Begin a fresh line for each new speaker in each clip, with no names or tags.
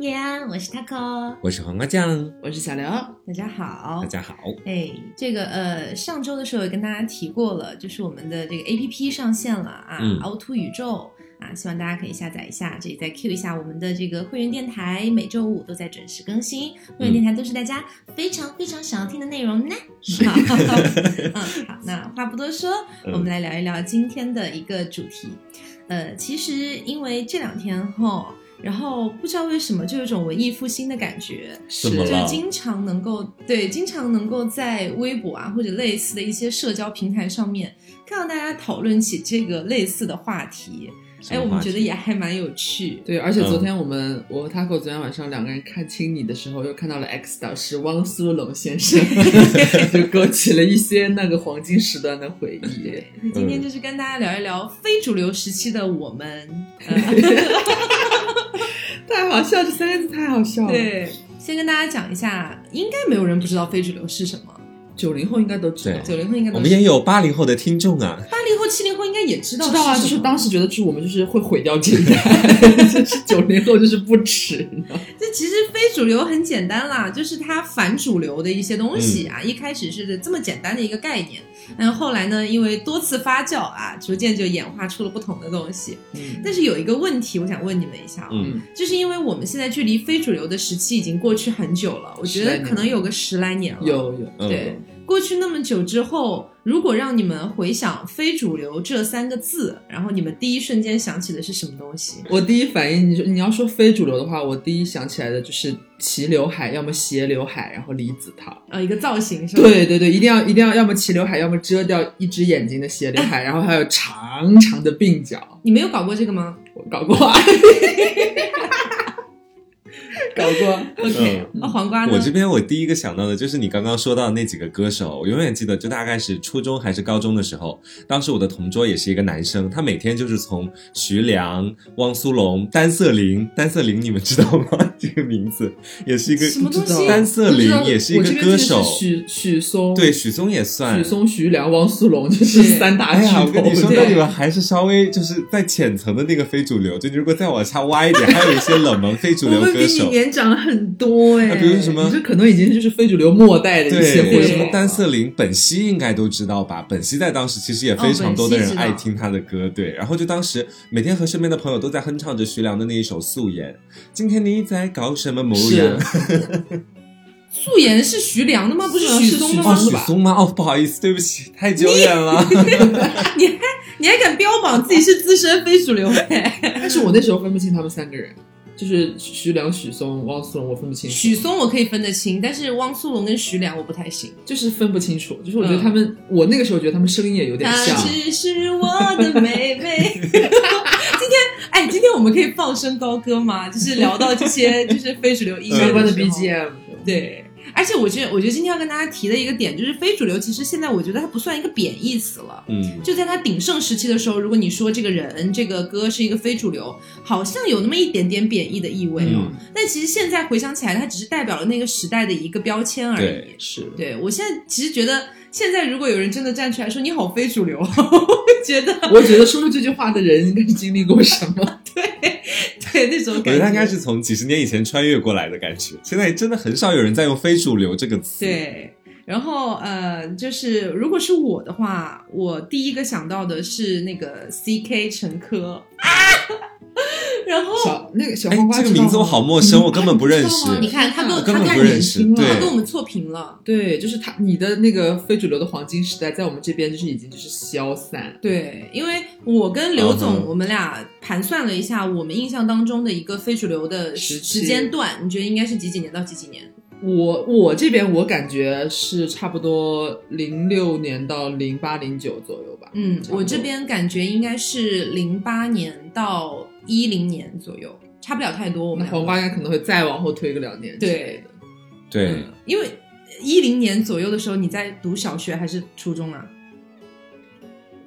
叶安，我是 Taco，
我是黄瓜酱，
我是小刘，
大家好
大。家好。
哎，这个呃，上周的时候也跟大家提过了，就是我们的这个 A P P 上线了啊，
嗯
凹凸宇宙啊，希望大家可以下载一下，这里再 Q 一下我们的这个会员电台，每周五都在准时更新，会员电台都是大家非常非常想要听的内 容呢。好，嗯，好，那话不多说，
嗯
我们来聊一聊今天的一个主题。呃，其实因为这两天后，然后不知道为什么就有一种文艺复兴的感觉，
是
怎么
就
了
是经常能够对，经常能够在微博啊或者类似的一些社交平台上面看到大家讨论起这个类似的话题，
什
哎，
么
我们
话
觉得
题
也还蛮有趣。
对，而且昨
嗯
天我们、我和 Taco 昨天晚上两个人看《青你》的时候，又看到了 X 导师汪苏泷先 生，就勾起了一些那个黄金时段的回忆。
那今天就是跟大家聊一聊非主流时期的我们。呃
太好笑，这三个字太好笑了。，
对，先跟大家讲一下，应该没有人不知道非主流是什么，
九零后应该都知道，
对
九零后应该
我
都
们
知道
也有八零后的听众啊，
八零后、七零后应该也知道
知道啊，
是什
就是
么
当时觉得就是我们就是会毁掉这一代， 就是九零后就是不耻，你知道吗
这其实非主流很简单啦，就是它反主流的一些东西啊。一开始是这么简单的一个概念，但后来呢，因为多次发酵啊，逐渐就演化出了不同的东西。
嗯
但是有一个问题，我想问你们一下啊、
嗯
就是因为我们现在距离非主流的时期已经过去很久了，我觉
十来
得
年
可能有个十来年了。
有有，
嗯
对，过去那么久之后，如果让你们回想“非主流”这三个字，然后你们第一瞬间想起的是什么东西？
我第一反应，你说你要说非主流的话，我第一想起来的就是齐刘海，要么斜刘海，然后离子烫。
呃，一个造型是吧？
对对对，一定要一定要，要么齐刘海，要么遮掉一只眼睛的斜刘海，然后还有长长的鬓角。
你没有搞过这个吗？
我搞过 啊，搞过。
OK，
嗯
那、黄瓜呢？
我这边我第一个想到的就是你刚刚说到的那几个歌手，我永远记得，就大概是初中还是高中的时候，当时我的同桌也是一个男生，他每天就是从徐良、汪苏泷、丹瑟林，丹瑟林你们知道吗？ 这个名字也是一个
什么东
不知
西
道？
丹瑟林也是一
我
个
这边
歌
记得
手，
是许许嵩，
对，许嵩也算。
许嵩、徐良、汪苏泷，就是
对
三大
哎
巨
呀，
头。
我跟你说，
对
那你们还是稍微就是在浅层的那个非主流，就你如果再往下挖一点，还有一些冷门非主
我
流
们
歌
比你
手，
年长很多哎、
啊比如什么
你这可能已经就是非主流末代的一些
对，
或者
什
什
么
么
丹瑟林、本兮应该都知道吧？本兮在当时其实
哦
也非常多的人爱听他的歌，对。然后就当时每天和身边的朋友都在哼唱着徐良的那一首《素颜》，今天你在搞什么模样？
素颜是徐良的吗？不是
是
许嵩的
哦，
吗？
是
许嵩吗？哦，不好意思，对不起，太久远了。
你还你还敢标榜自己是资深非主 流、哎
但是我那时候分不清他们三个人，就是徐良、许嵩、汪苏泷，我分不清楚，
许嵩我可以分得清，但是汪苏泷跟徐良我不太行。
就是分不清楚。就是我觉得他们，我那个时候觉得他们声音也有点
她
像。
只是我的妹妹。 今天，哎，今天我们可以放声高歌吗？就是聊到这些，就是非主流音乐
相关的
时候
BGM，
对，而且我觉得，我觉得今天要跟大家提的一个点就是，非主流其实现在我觉得它不算一个贬义词了。
嗯，
就在他鼎盛时期的时候，如果你说这个人、这个歌是一个非主流，好像有那么一点点贬义的意味哦。
嗯
但其实现在回想起来，它只是代表了那个时代的一个标签而已
对。
是
对我现在其实觉得，现在如果有人真的站出来 说你好非主流，我会觉得
我觉得说出这句话的人应该是经历过什么？
对那种
我
感
觉得他应该
觉。
是从几十年以前穿越过来的感觉，现在真的很少有人在用“非主流”这个词。，
对，然后呃，就是如果是我的话，我第一个想到的是那个 C K 陈珂啊， 然后
小那个小
哎
黄，瓜
这
知道吗，
个名字我好陌 生，我根本不认识
知道。吗
哦你看他跟
我根
他
本
太
不认识
年轻了
对
他跟我们错评了。
对，就是他，你的那个非主流的黄金时代，在我们这边就是已经就是消散。
对，因为我跟刘
嗯
总，
哼
我们俩盘算了一下，我们印象当中的一个非主流的时
时期
时间段，你觉得应该是几几年到几几年？
我我这边我感觉是差不多零六年到零八零九左右吧。
嗯
差，不多
我这边感觉应该是零八年到一零年左右，差不了太多。我
那
们
黄
瓜
瓜应该可能会再往后推个两年之类的。
对，
因为一零年左右的时候，你在读小学还是初中啊？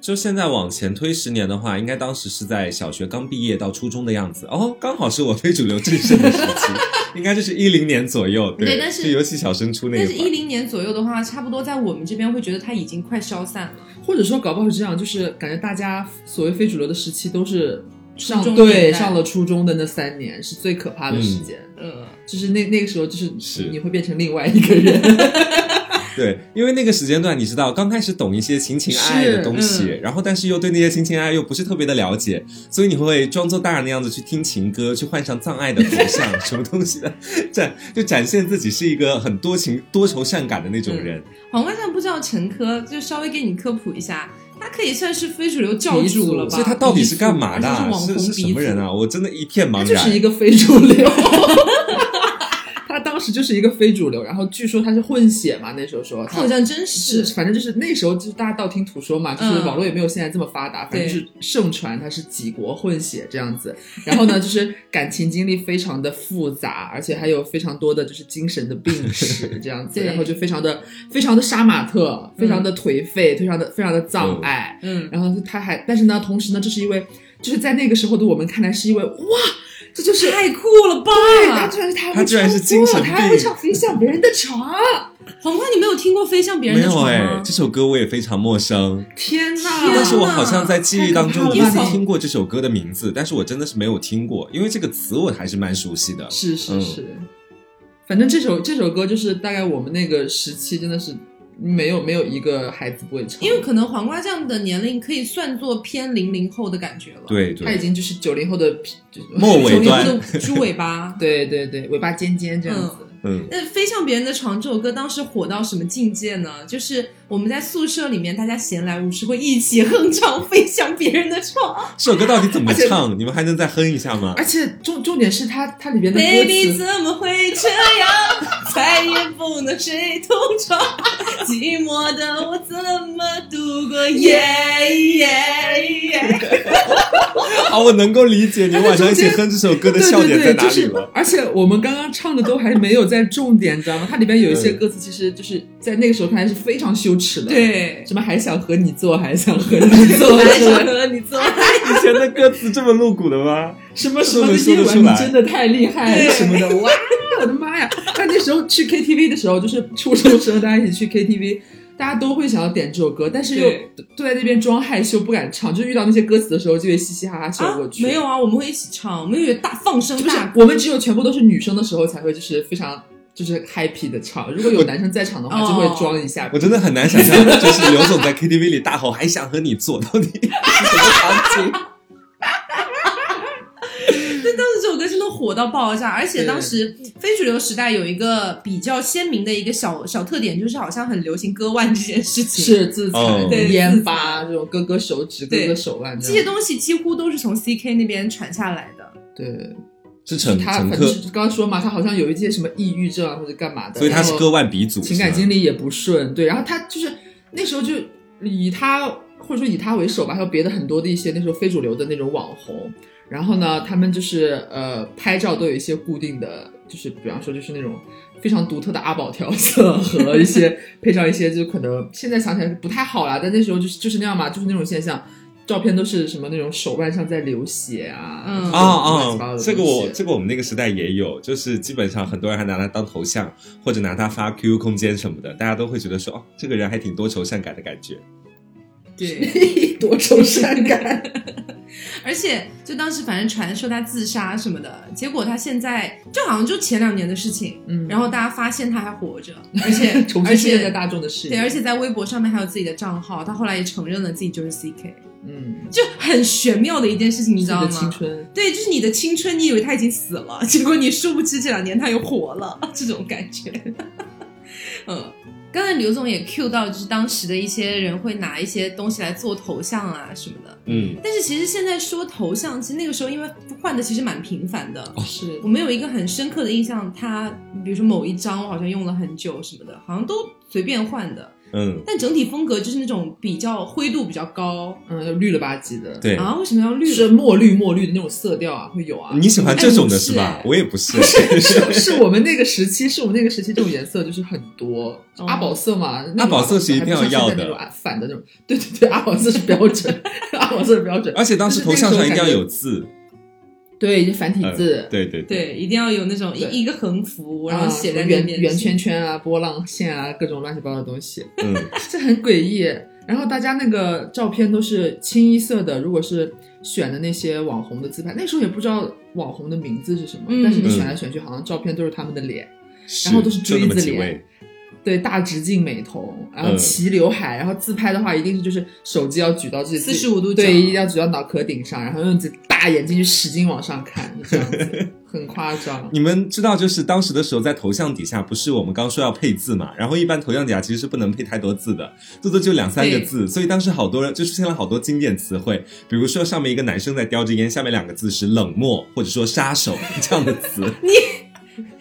就现在往前推十年的话，应该当时是在小学刚毕业到初中的样子哦，刚好是我非主流正盛的时期，应该就是一零年左右，
对但是
就尤其小升初那一
但是，一
会儿。
零年左右的话，差不多在我们这边会觉得它已经快消散了。
或者说搞不好是这样，就是感觉大家所谓非主流的时期都是
初
上
中
对
年代
上了初中的那三年是最可怕的时间，
嗯
就是那那个时候就是
是
你会变成另外一个人，
对，因为那个时间段，你知道，刚开始懂一些情情爱爱的东西，
是嗯
然后但是又对那些情情爱爱又不是特别的了解，所以你会装作大人的样子去听情歌，去换上葬爱的头像，什么东西的， 展就展现自己是一个很多情多愁善感的那
嗯
种人。
黄瓜酱不知道陈科，就稍微给你科普一下，他可以算是非主流教
鼻祖
主了吧？
所以他到底是干嘛的
而且
啊？
是网红
是是什
鼻祖
么人啊？我真的一片茫
他
然。
就是一个非主流。 他当时就是一个非主流，然后据说他是混血嘛，那时候说
他好像真
是，
是，
反正就是那时候就是大家道听途说嘛，就是
嗯
网络也没有现在这么发达，反
对
正就是盛传他是几国混血这样子。然后呢，就是感情经历非常的复杂，而且还有非常多的就是精神的病史这样子，
对
然后就非常的非常的杀马特，非常的颓废，非常的非常的
嗯
障碍。
嗯，
然后他还，但是呢，同时呢，这是因为就是在那个时候的我们看来是因为哇，这就是
太酷了
对他
吧！
居然是他还会
他居然是
唱
精
歌
神
他还
病
会唱飞向别人的床，
黄瓜，你没有听过《飞向别人
没
的
有
床》
哎、
吗？
这首歌我也非常陌生，
天呐！
天
但是我
哪
好像在记忆当中
太
我
可怕了
是听过这首歌的名字，但是我真的是没有听过，因为这个词我还是蛮熟悉的。
是是
嗯
是，反正这首这首歌就是大概我们那个时期真的是没有没有一个孩子不会唱，
因为可能黄瓜酱的年龄可以算作偏零零后的感觉了，，
对
他已
对，
经就是九零后的皮就是。
末尾
九零
端
后的猪尾巴
对对对，尾巴尖尖这样子。
嗯，
那《飞向别人的床》这首歌当时火到什么境界呢？就是我们在宿舍里面，大家闲来无事会一起哼唱《飞向别人的床
这首歌到底怎么
而且
唱？你们还能再哼一下吗？
而且重重点是它它里边的
，Baby
歌
怎
词，
么会这样？ 再也不能睡同床，寂寞的我怎么度过夜夜夜？
啊，我能够理解你晚上一起哼这首歌的
对
笑点在
对对，
哪
就
里
是
了。，
而且我们刚刚唱的都还没有在重点，你知道吗？它里边有一些
嗯
歌词，其实就是在那个时候看来是非常羞耻的。，
对，
什么还想和你做，还想和你做，
来
是吧
和你做爱。
以前的歌词这么露骨的吗？
什么什
都
么
能
的
说
夜
得
晚，
出来
你真的太厉害
对
了什么的，哇，我的妈呀！ 但那时候去 KTV 的时候，就是初中时候大家一起去 KTV。大家都会想要点这首歌，但是又
对
都在那边装害羞，不敢唱。就是遇到那些歌词的时候，就会嘻嘻哈哈笑
啊
过，去。
没有，啊，我们会一起唱，我们有大放声
不是
大，
我们只有全部都是女生的时候，才会就是非常就是 happy 的唱。如果有男生在场的话，
哦
就会装一下。
我真的很难想象，就是刘总在 KTV 里大吼“还想和你做”，到底是什么场景？
但当时这首歌真的火到爆炸，而且
对
当时非主流时代有一个比较鲜明的一个小小特点，就是好像很流行割腕这件事情。
是自残、
哦对
烟
自残
疤这种割割手指、割
对
割手腕
这
这
些
样。
东西几乎都是从 CK 那边传下来的。
对，
是乘
他
乘
反正
客，
就是刚刚说嘛，他好像有一些什么抑郁症啊或者干嘛的，
所以他是
然后
割腕鼻祖，
情感
是吗
经历也不顺，对，然后他就是那时候就以他或者说以他为首吧，还有别的很多的一些那时候非主流的那种网红，然后呢，他们就是呃拍照都有一些固定的，就是比方说就是那种非常独特的阿宝调色和一些配上一些就可能现在想起来不太好啦，但那时候就是就是那样嘛，就是那种现象。照片都是什么那种手腕上在流血啊，
嗯
就是
啊
乱七八糟
啊！
的
这个
东
我
西
这个我们那个时代也有，就是基本上很多人还拿它当头像，或者拿它发 QQ 空间什么的，大家都会觉得说哦，这个人还挺多愁善感的感觉。
对，
多愁善感，
而且就当时反正传说他自杀什么的，结果他现在就好像就前两年的事情，
嗯，
然后大家发现他还活 着，而且
重
而
新出现在
且
大众的视野，
对，而且在微博上面还有自己的账号，他后来也承认了自己就是 CK，
嗯，
就很玄妙的一件事情，你知道
自
吗？
己的青春，
对，就是你的青春，你以为他已经死了， 结果你殊不知这两年他又活了， 这种感觉。嗯，刚才刘总也 cue 到，就是当时的一些人会拿一些东西来做头像啊什么的。
嗯，
但是其实现在说头像，其实那个时候因为换的其实蛮频繁的。
是
我们有一个很深刻的印象，他比如说某一张我好像用了很久什么的，好像都随便换的，
嗯，
但整体风格就是那种比较灰度比较高
嗯，绿了吧唧的，，
对。
啊。为什么要绿？
是墨绿墨绿的那种色调啊，会有啊。
你喜欢这种的是吧？
哎
我也不是，
是是我们那个时期，是我们那个时期这种颜色就是很多，
哦
阿宝色嘛，那种
阿宝色是一定要要的
还不像现在那种啊反的那种，对对对，阿宝色是标准， 阿宝色是标准，
而且当时头像上一定要有字，
对，就繁体字，
对对
对，一定要有那种
对
一一个横幅，然后
啊
写在
什么
那
圆
边
圆圈圈啊、波浪线啊，各种乱七八糟的东西，
嗯，
这很诡异。然后大家那个照片都是清一色的，如果是选的那些网红的自拍，那时候也不知道网红的名字是什么，
嗯
但是你
嗯
选来选去，好像照片都是他们的脸，
是
然后都是
就
锥
那么
子
几
脸
位，
对，大直径美瞳，然后
嗯
齐刘海，然后自拍的话一定是就是手机要举到自己
45度角
对，一定要举到脑壳顶上，然后用自己大眼睛去使劲往上看，就这样子，很夸 张。
你们知道，就是当时的时候，在头像底下不是我们刚说要配字嘛？然后一般头像底下其实是不能配太多字的，最多就两三个字。所以当时好多人就出现了好多经典词汇，比如说上面一个男生在叼着烟，下面两个字是冷漠或者说杀手 这样的词。
你们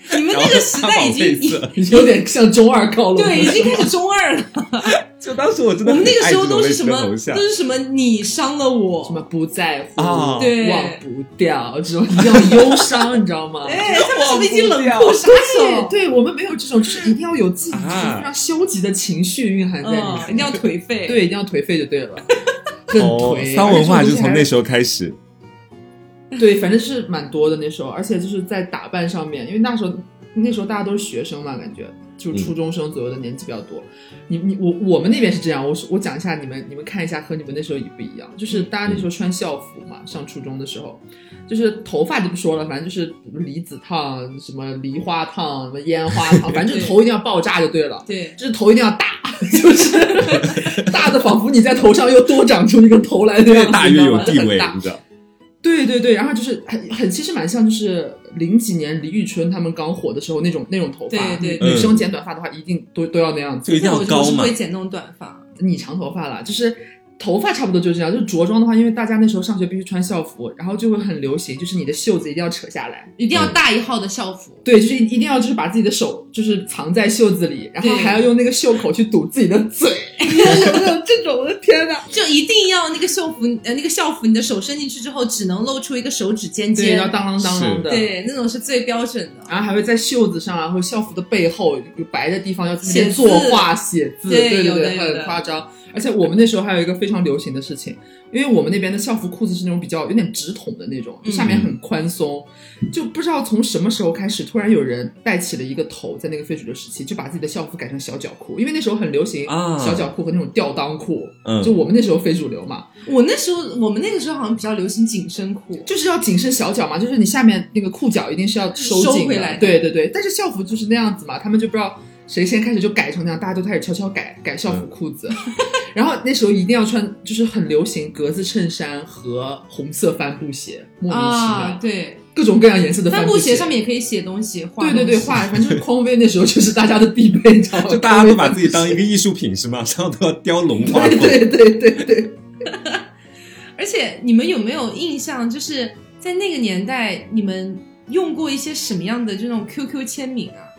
然
那
后
个时代已经
配色，
有点像中二高楼，
对，已经开始中二 了。
就当时我真的
我们那个
很爱
时候
这种
都是
类
什
型的
么？
头像
都是什么？你伤了我，
什么不在乎，
啊
对
忘不掉这种这种忧伤，你知道吗？
哎，他们是不是已经冷
我
酷杀手？
对我们没有这种，就是一定要有自己就是
啊
非常消极的情绪蕴含在
嗯，一
里
定
面，
要颓废。
对，一定要颓废就对 了，很
哦
颓。
丧文化
而且
就
这种东西
从
还
那时候开始。
对，反正是蛮多的那时候，而且就是在打扮上面，因为那时候那时候大家都是学生嘛，感觉
嗯
就初中生左右的年纪比较多。你你我我们那边是这样，我说我讲一下你们你们看一下和你们那时候一不一样，就是大家那时候穿校服嘛，上初中的时候，就是头发就不说了，反正就是离子烫、什么梨花烫、什么烟花烫，反正就是头一定要爆炸就对了。
对，
就是头一定要大， 就是 大的，仿佛你在头上又多长出一个头来的
啊
越
样子，
大
你
越
知道
有
吗
地
很
位
大，
你知道？
对对对，然后就是很很，其实蛮像就是零几年李宇春他们刚火的时候那种那种头发，
对对
女
对
女生剪短发的话一定都都要那样子。
就一定
那
要
我就
高
是
嘛
会。剪那种短发，
你长头发了，就是头发差不多就这样。就是着装的话，因为大家那时候上学必须穿校服，然后就会很流行，就是你的袖子一定要扯下来。
一定要大一号的校 服。
对，就是一定要就是把自己的手就是藏在袖子里，然后
对
还要用那个袖口去堵自己的嘴，
哎
就是这种，我的天呐。
就一定要那个校服，呃，那个校服，你的手伸进去之后，只能露出一个手指尖
对，
尖
要，当啷当啷的。
对，那种是最标准的。
然后还会在袖子上啊，或者校服的背后有白的地方要自己作画、写字，
对
对
有的
对，
有的
很夸张。而且我们那时候还有一个非常流行的事情，因为我们那边的校服裤子是那种比较有点直筒的那种，就下面很宽松，就不知道从什么时候开始，突然有人带起了一个头，在那个非主流时期，就把自己的校服改成小脚裤，因为那时候很流行
啊
小脚裤和那种吊裆裤，
嗯
就我们那时候非主流嘛，
我那时候，我们那个时候好像比较流行紧身裤，
就是要紧身小脚嘛，就是你下面那个裤脚一定是要收紧
收回来的
对对对，但是校服就是那样子嘛，他们就不知道谁先开始就改成那样，大家都开始悄悄改改校服裤 子。然后那时候一定要穿，就是很流行格子衬衫和红色帆布鞋，莫名其妙，
啊，对，
各种各样颜色的
帆
布
布鞋上面也可以写东西，画
对对对
东西
画，反正就是匡威那时候就是大家的必备，你知道吗？
就大家都把自己当一
个
个艺术品是吗？上头要雕龙画
对
凤，
对对对对，
而且你们有没有印象，就是在那个年代，你们用过一些什么样的这种 QQ 签名啊？，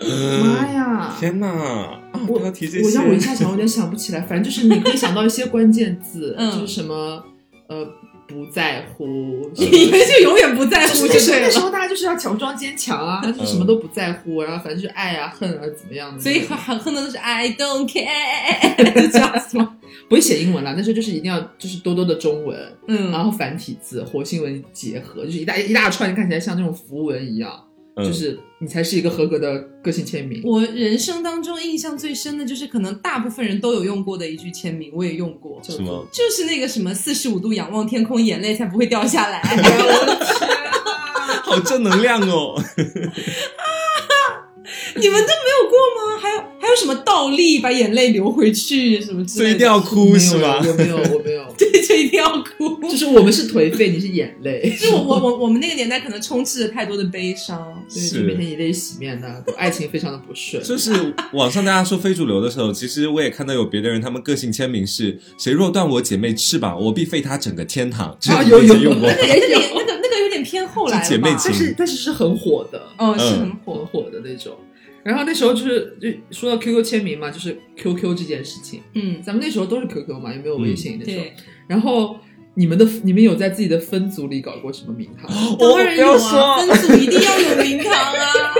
嗯
妈呀！
天哪！啊，
我
不要提这
我
些。
让我一下想，有点想不起来。反正就是你可以想到一些关键字
嗯
就是什么呃不在 乎，什
你
么
们就永远不在乎，
就是
对
那时
了。
候大家就是要强装坚强啊，就是什么都不在乎，然后反正就是爱啊恨啊怎么样的。
嗯所以
嗯
很很多都是 I don't care，就这样子吗？
不会写英文啦，那时候就是一定要就是多多的中文，然
嗯，
后繁体字、活性文结合，就是一大一大串，看起来像那种符文一样，
嗯
就是你才是一个合格的个性签 名。
我人生当中印象最深的就是，可能大部分人都有用过的一句签名，我也用过，
就
什么？
就是那个什么四十五度仰望天空，眼泪才不会掉下来。
好正能量 哦！
你们都没有过吗？还有还有什么倒立把眼泪流回去什么之
所
类
以一
的？。
定要哭是
没有
吗？
我没有，我没有
对，就一定要哭。
就是我们是颓废，你是眼泪。
就我我我我们那个年代可能充斥着太多的悲伤，
对，
是
就每天以泪洗面的，对爱情非常的不顺。
就是网上大家说非主流的时候，其实我也看到有别的人，他们个性签名是“谁若断我姐妹翅膀，我必废她整个天堂”。这个
啊
你
有
以前
有
用过
那个
有
那个那个那个有点偏后来了吧
是姐妹情
但是但是是很火的，
哦，是
嗯
很
很
火。
火的那种。然后那时候就是就说到 QQ 签名嘛，就是 QQ 这件事情，
嗯，
咱们那时候都是 QQ 嘛，也没有微
嗯
信那时候。
对，
然后你们的你们有在自己的分组里搞过什么名堂？
我
当然
不要
有啊，
说
分组一定要有名堂啊。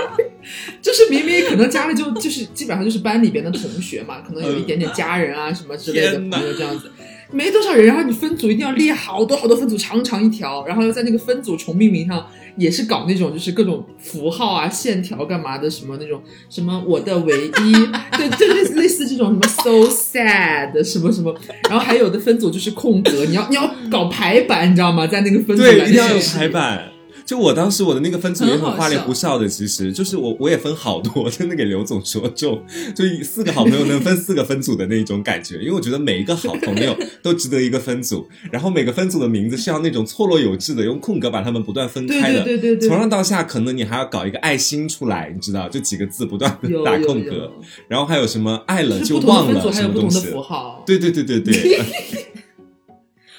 就是明明可能家里就 就是基本上就是班里边的同学嘛，可能有一点点家人啊什么之类
嗯
的
天哪
朋友这样子，啊没多少人，然后你分组一定要列好多好多分组，长长一条，然后又在那个分组重命名上也是搞那种就是各种符号啊、线条干嘛的，什么那种什么我的唯一， 对，就类似类似这种什么 so sad 什么什么，然后还有的分组就是空格，你要你要搞排版，你知道吗？在那个分组
对，
栏
一定要
那
有
里
排版。就我当时我的那个分组也
很
很
好
花里
笑
胡哨的，其实就是我我也分好多， 真的给刘总说中，就一四个好朋友能分四个分组的那种感觉，因为我觉得每一个好朋友都值得一个分组，然后每个分组的名字是要那种错落有致的，用空格把它们不断分
对
开的，
对对对对，
从上到下可能你还要搞一个爱心出来，你知道，就几个字不断的
有
打
有
空
有
格，，然后还有什么爱了
就是
就
不同
忘
的分组
了
还
什
有
么
不同
东
的
西，
符号，
对对对对 对，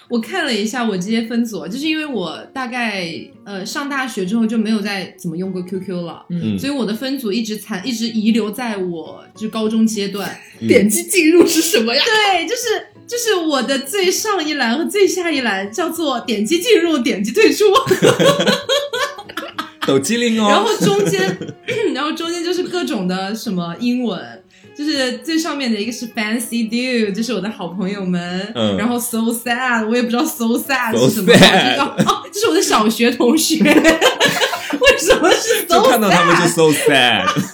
我看了一下我这些分组，啊就是因为我大概呃上大学之后就没有再怎么用过 QQ 了，
嗯，
所以我的分组一直残一直遗留在我就高中阶段。
嗯
点击进入是什么 呀？
对，就是就是我的最上一栏和最下一栏叫做点击进入、点击退出，
抖机灵
然
哦，
后中间 然后中间就是各种的什么英文。就是最上面的一个是 Fancy Dude，就是我的好朋友们，
嗯
然后 So Sad，我也不知道 So Sad
So
是什么，我
sad
就知道哦，这是我的小学同学， 为什么是 So
就看到他们就
Sad？
so sad，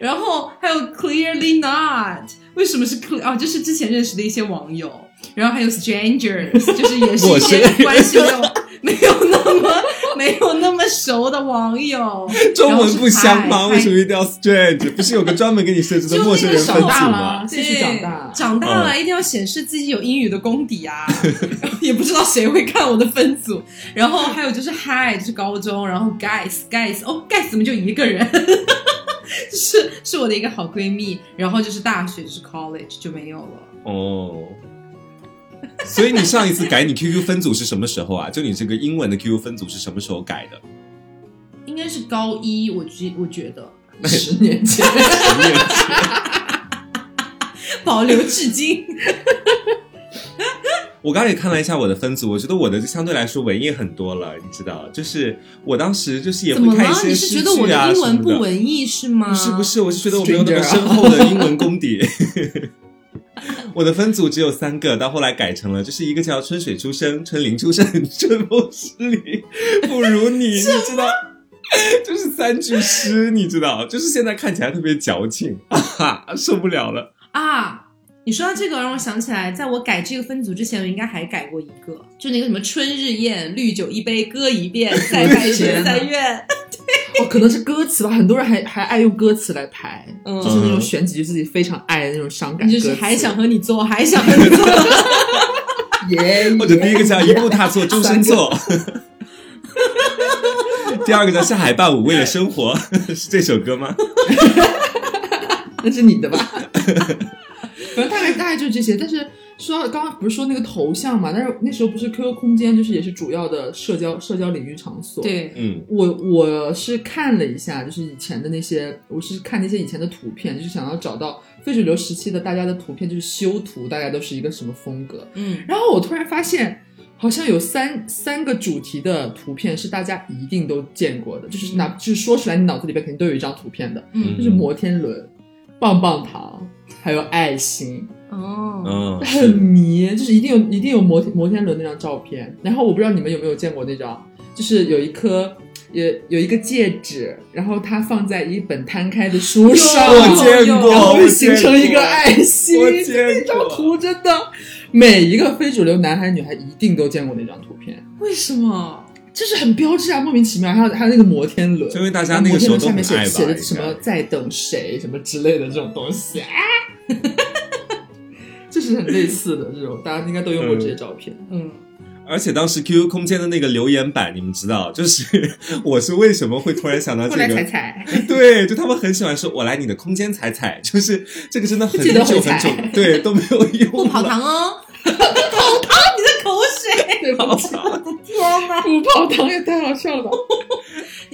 然后还有 Clearly Not，为什么是 Clear？哦，就是之前认识的一些网友，然后还有 Strangers，就是也是一
陌生
些
人
关系没有没有那么没有那么熟的网友，
中文不相
然
吗？
后是
为什么一定要 strange？不是有个专门给你设置的
就
陌生人
那
分
个
组
长大
吗
了？继续长大
对长大
嗯
了、一定要显示自己有英语的功底啊！ 也不知道谁会看我的分组，然后还有就是 Hi，就是高中，然后 Guys Guys 哦 Guys 怎么就一个人？ 是是我的一个好闺蜜，然后就是大学就是 college 就没有了。
哦。所以你上一次改你 QQ 分组是什么时候啊？就你这个英文的 QQ 分组是什么时候改的？
应该是高一，我觉我觉得
哎
十年前，
十年
保留至今。
我刚才也看了一下我的分组，我觉得我的就相对来说文艺很多了，你知道，就是我当时就是也
怎
会
么
看
了
一？些
你
诗
是
句
觉
啊
得我的英
什
文
么
不
的
文艺是吗？
不是不是，我是觉得我没有那么深厚的英文功底。我的分组只有三个，到后来改成了，就是一个叫春水初生、春林初盛、春风十里不如你，你知道，就是三句诗，你知道，就是现在看起来特别矫情，啊哈，受不了了。
啊，你说到这个，让我想起来，在我改这个分组之前，我应该还改过一个，就那个什么“春日宴，绿酒一杯，歌一遍，再拜神三愿
哦，可能是歌词吧，很多人还还爱用歌词来排，”，就
嗯，
是那种选几句自己非常爱的那种伤感
你
歌
就
词。
是还 想和你做，还想和你做，
耶，
或者第一个叫一步踏错终身错， 第二个叫下海伴舞为了生活， 是这首歌吗？
那是你的吧？ 反正大概大概就是这些。但是说到刚刚不是说那个头像嘛，但是那时候不是 QQ 空间就是也是主要的社交社交领域场所。，
对，
嗯
我我是看了一下，就是以前的那些，我是看那些以前的图片，就是想要找到非主流时期的大家的图片，就是修图，大家都是一个什么风格。
嗯，
然后我突然发现，好像有三三个主题的图片是大家一定都见过的，就是哪就是说出来，你脑子里边肯定都有一张图片的，
嗯
就是摩天轮、棒棒糖，还有爱心，
哦，
嗯，
很迷，就是一定有一定有摩天摩天轮那张照片。然后我不知道你们有没有见过那张，就是有一颗。也有一个戒指，然后它放在一本摊开的书上，
我见过，
然
我
后会形成一
见
个
过
爱心。
我见
那张
过
图真的，每一个非主流男孩女孩一定都见过那张图片，
为什么？
就是很标志啊，莫名其妙。还有还有那个摩天轮，
就因为大家那个时候都
然
很
后摩天
爱吧
轮下面写写的
应
什
该
么在等谁什么之类的这种东西 啊，就是很类似的这种，大家应该都用过这些照片。
嗯，
而且当时 QQ 空间的那个留言板，你们知道，就是 我是为什么会突然想到这
后来踩
个？
踩，
对，就他们很喜欢说“我来你的空间踩踩”，就是这个真的很
记得
久
会
很
踩
久，对都没有用。
不跑堂哦，跑堂，你的口水，
对吧？
天哪！
不泡汤也太好笑了吧！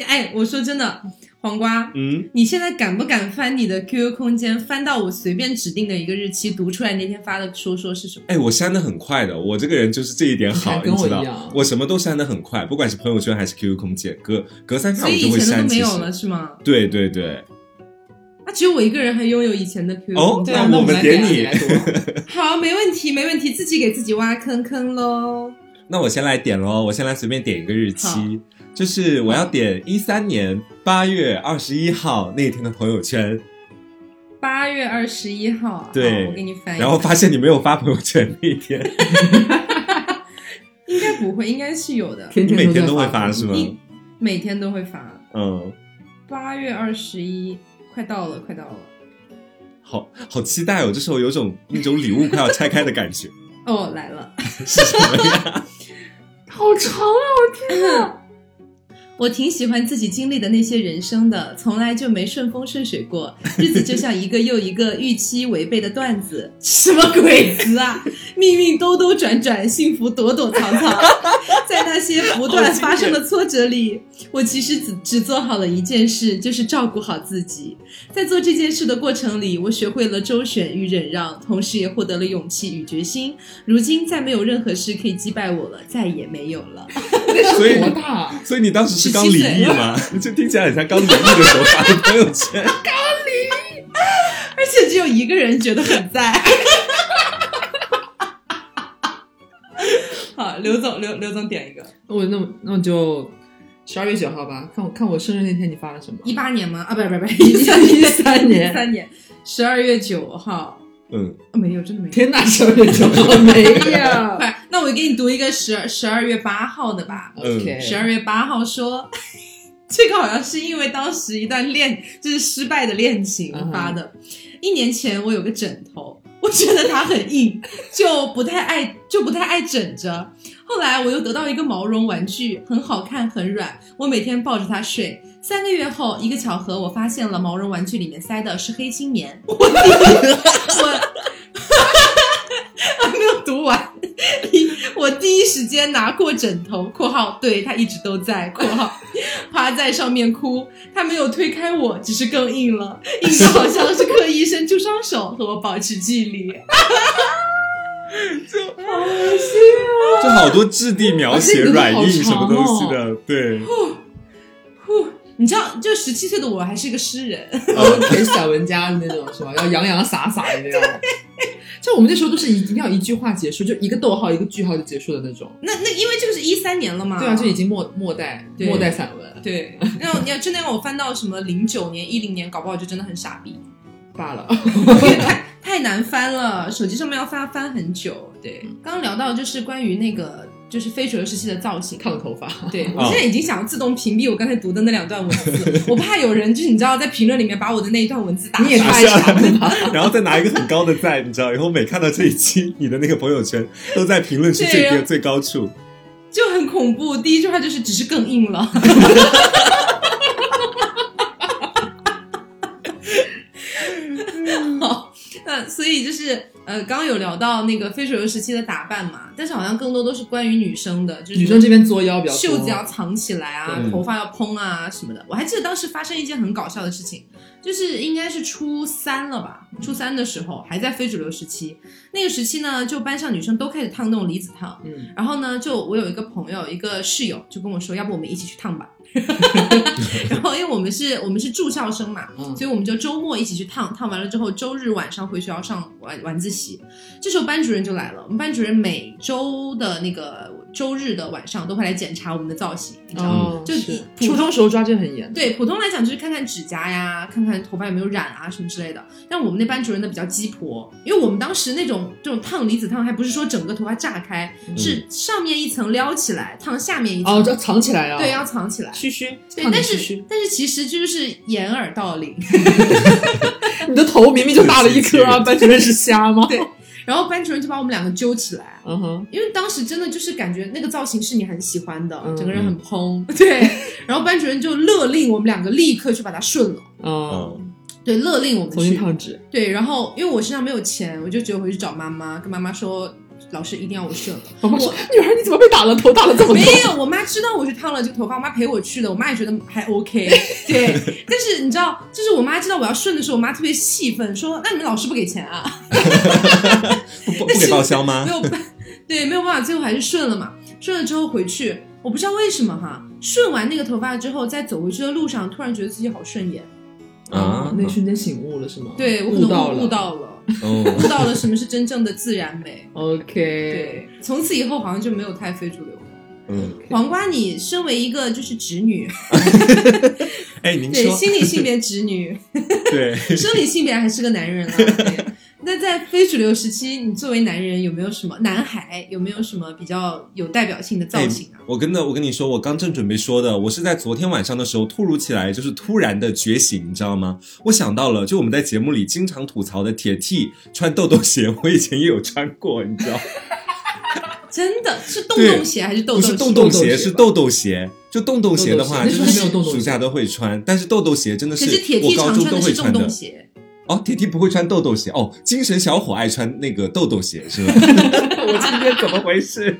哎，我说真的，黄瓜，
嗯，
你现在敢不敢翻你的 QQ 空间，翻到我随便指定的一个日期，读出来那天发的说说是什么？
哎，我删的很快的，我这个人就是这一点
你
好，
还
你
跟我
知
一样
道，我什么都删的很快，不管是朋友圈还是 QQ 空间，隔隔三差
所
五
以
就
以
会
前的都
删。
没
其
有了
实，
是吗？
对对对，
那只有我一个人还拥有以前的 QQ
哦
空间
对啊，
那
那
我们
来
点
点啊
你
你来读。
好，没问题，没问题，自己给自己挖坑坑喽。
那我先来点喽，我先来随便点一个日
好
期，就是我要点一三年八月二十一号那天的朋友圈，
八月二十一号啊，
对
好我给你
哎
翻译。
然后发现你没有发朋友圈那一天，
应该不会，应该是有 的，
天
你每天
都
都
在嗯
会发是吗？
你每天都会发。
嗯，
八月二十一，快到了，快到了。
好好期待哦，这时候有种那种礼物快要拆开的感觉，
哦，来了。
是什么呀？
好长啊！
我挺喜欢自己经历的那些人生的，从来就没顺风顺水过，日子就像一个又一个预期违背的段子， 什么鬼词啊！命运兜兜转转，幸福躲躲藏藏，在那些不断发生的挫折里，我其实只只做好了一件事，就是照顾好自己。在做这件事的过程里，我学会了周旋与忍让，同时也获得了勇气与决心。如今再没有任何事可以击败我了，再也没有了。
所以
多大？啊
所以你当时是刚
17
离
岁
异吗？就听起来很像刚离异的时候发的朋友圈。
而且只有一个人觉得很在。 好，刘总，刘刘总点一个，
我那我那我就十二月九号吧，看我看我生日那天你发了什么？
一八年吗？啊，不不 不，一三一
13年
三年，十二月九号、
嗯，
啊没有，真的没有。哎
天哪，十二月九号 没有。
快，那我给你读一个十十二月八号的吧。
嗯
OK，
嗯十二月八号说， 这个好像是因为当时一段恋就是失败的恋情发的。一年前我有个枕头，我觉得它很硬， 就不太爱就不太爱枕着。后来我又得到一个毛绒玩具，很好看，很软，我每天抱着它睡。三个月后，一个巧合，我发现了毛绒玩具里面塞的是黑心棉。我我 还没有读完，我第一时间拿过枕头（括号对他一直都在）（括号）趴在上面哭，他没有推开我，只是更硬了，硬的好像是刻意伸出双手和我保持距离。
就好多质地描写
而且你的
软
好
硬什么东西
长哦
的， 对，
呼，你知道，就十七岁的我还是个诗人，
呃
OK 小文家的那种是吧？要洋洋洒洒的那种。就我们那时候都是一定要一句话结束，就一个逗号一个句号就结束的那种。
那那因为这个是一三年了嘛，
对啊，就已经末末代
对
末代散文
对。那你要真的让我翻到什么零九年、一零年，搞不好就真的很傻 逼，
罢了。
因为太太难翻了，手机上面要翻翻很久。对，
嗯
刚刚聊到就是关于那个就是非主流时期的造型，
烫头发，
对我
啊
现在已经想要自动屏蔽我刚才读的那两段文字，我怕有人就是你知道在评论里面把我的那一段文字打
你也
出来
拿
太
下
傻了吧！
然后再拿一个很高的赞，你知道，以后每看到这一期你的那个朋友圈都在评论区最
对
低
啊
最高处，
就很恐怖。第一句话就是只是更硬了。 好，那所以就是呃，刚刚有聊到那个非主流时期的打扮嘛，但是好像更多都是关于女生的，就是
女生这边作妖比较多，
袖子要藏起来啊，
对
头发要蓬啊什么的。我还记得当时发生一件很搞笑的事情，就是应该是初三了吧，初三的时候还在非主流时期，那个时期呢，就班上女生都开始烫那种离子烫。
嗯，
然后呢，就我有一个朋友，一个室友就跟我说，要不我们一起去烫吧。 然后因为我们是我们是住校生嘛，
嗯
所以我们就周末一起去烫，烫完了之后，周日晚上回学校上晚晚自习。这时候班主任就来了，我们班主任每周的那个周日的晚上都会来检查我们的造型，你知道吗？
哦，
就是普
初中时候抓这很严，，
对，普通来讲就是看看指甲呀，看看头发有没有染啊什么之类的。但我们那班主任的比较鸡婆，因为我们当时那种这种烫离子烫，还不是说整个头发炸开，
嗯
是上面一层撩起来，烫下面一层，
哦，要藏起来啊，
对，要藏起来。
嘘嘘，
对，
烫你
但
嘘
是
嘘，
但是其实就是掩耳盗铃，
你的头明明就大了一颗啊，班主任是瞎吗？
对然后班主任就把我们两个揪起来，
嗯哼，
因为当时真的就是感觉那个造型是你很喜欢的，
嗯
整个人很蓬，对。然后班主任就勒令我们两个立刻去把它顺了，
嗯，
嗯，
对，勒令我们
重新
去。
烫纸，
对，然后因为我身上没有钱，我就只有回去找妈妈，跟妈妈说老师一定要我顺了。
妈妈说女儿你怎么被打了？头大了这么多
没，有，我妈知道我去烫了这个头发，我妈陪我去的，我妈也觉得还 OK。对，但是你知道，就是我妈知道我要顺的时候，我妈特别气愤，说：“那你们老师不给钱啊
不不不给报销？”吗
没？有办，对，没有办法，最后还是顺了嘛。顺了之后回去，我不知道为什么哈，顺完那个头发之后，在走回去的路上，突然觉得自己好顺眼。
啊，
嗯那一瞬间醒悟了是吗？
对我可
悟
能
到
悟
了，
悟到了，
哦
悟到了什么是真正的自然美。
OK，
对，从此以后好像就没有太非主流了。
嗯，
黄瓜，你身为一个就是直女，
哎，您
对，
说
心理性别直女，
对，
生理性别还是个男人啊。对那在非主流时期，你作为男人有没有什么男孩有没有什么比较有代表性的造型啊？
哎我真的，我跟你说，我刚正准备说的，我是在昨天晚上的时候突如其来，就是突然的觉醒，你知道吗？我想到了，就我们在节目里经常吐槽的铁 T 穿豆豆鞋，我以前也有穿过，你知道，
真的是洞洞鞋还是豆
不
豆
是
鞋？
豆
豆鞋
鞋，
吧
是豆豆鞋。就豆豆鞋的话，
豆
就
豆鞋
是
那时候还没有豆豆鞋
暑假都会穿，但是豆豆鞋真的
可是铁
我
T
高
常
中
穿
都
的
会
是洞
穿的
洞。鞋，
哦，铁 T 不会穿豆豆鞋哦，精神小伙爱穿那个豆豆鞋是吧？ 我今天怎么回事？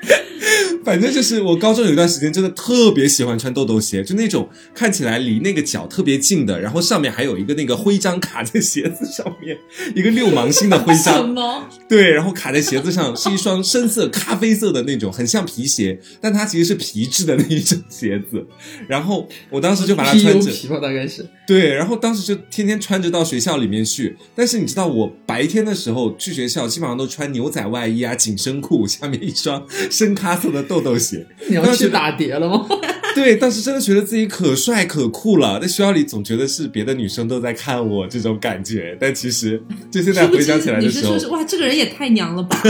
反正就是我高中有一段时间真的特别喜欢穿豆豆鞋，就那种看起来离那个脚特别近的，然后上面还有一个那个徽章卡在鞋子上面，一个六芒星的徽
什
章，
么？
对，然后卡在鞋子上是一双深色咖啡色的那种，很像皮鞋，但它其实是皮质的那一种鞋子。然后我当时就把它穿
PU
着，
皮吧，大概是
对，然后当时就天天穿着到学校里面去，但是你知道我白天的时候去学校基本上都穿牛仔外衣啊、紧身裤，下面一双深咖色的豆豆鞋。
你要去打碟了吗？
对，当时真的觉得自己可帅可酷了，在学校里总觉得是别的女生都在看我这种感觉，但其实就现在
殊不
回
知
想起来的
你是
时候
说，是哇，这个人也太娘了吧？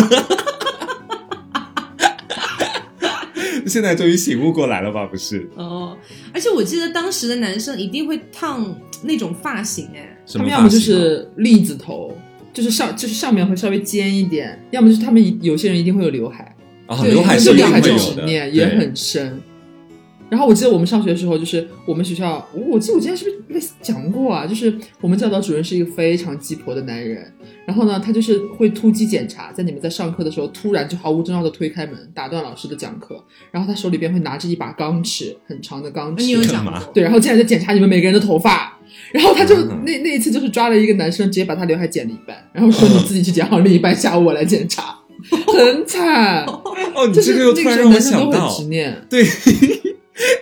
现在终于醒悟过来了吧？不是
哦，而且我记得当时的男生一定会烫那种发型，哎，
什
他
么
们
发型啊，
要么就是栗子头，就是上就是上面会稍微尖一点，要么就是他们有些人一定会有刘海，
啊，
对，
刘海
因为
是一
刘
定
海
会
这
有
种执
的，
念也
对
很深。然后我记得我们上学的时候，就是我们学校，我我记得我之前是不是讲过啊？就是我们教导主任是一个非常鸡婆的男人，然后呢，他就是会突击检查，在你们在上课的时候，突然就毫无征兆的推开门，打断老师的讲课，然后他手里边会拿着一把钢尺，很长的钢尺，
哦你有
干
讲
嘛
过？
对，然后进来就检查你们每个人的头发，然后他就、
嗯
那那一次就是抓了一个男生，直接把他刘海剪了一半，然后
嗯
说你自己去剪好另一半，下午我来检查，很 惨。
哦，你
就
这
是
个又
那
突然
时
让
候
我
男生
想
都
到
很，执念，
对，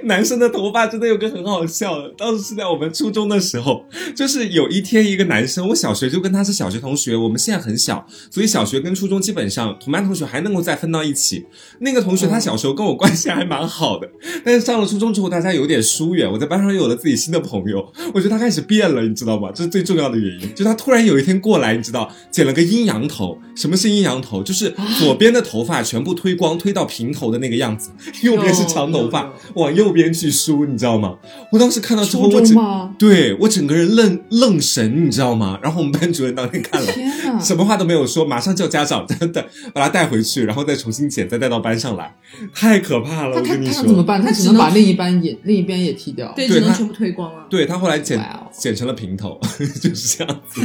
男生的头发真的有个很好笑的，当时是在我们初中的时候，就是有一天一个男生，我小学就跟他是小学同学，我们现在很小，所以小学跟初中基本上同班同学还能够再分到一起。那个同学他小时候跟我关系还蛮好的，但是上了初中之后大家有点疏远，我在班上又有了自己新的朋友，我觉得他开始变了，你知道吗？这是最重要的原因，就他突然有一天过来，你知道，剪了个阴阳头。什么是阴阳头？就是
啊
左边的头发全部推光，推到平头的那个样子，右边是长头发
有有，
往右边去梳，你知道吗？我当时看到之后，
初
我
中
整
吗？
对我整个人愣愣神，你知道吗？然后我们班主任当天看了。
天 哪！
什么话都没有说，马上叫家长，真的把他带回去，然后再重新剪，再带到班上来，太可怕了！
他
我
他
跟你
他
说，
想怎么办？他
他
只
只
能
能
把另一半也另一边也剃掉。
对，
对
只能
他
全部推光了。
对他后来剪、
哇哦
剪成了平头， 就是这样 子，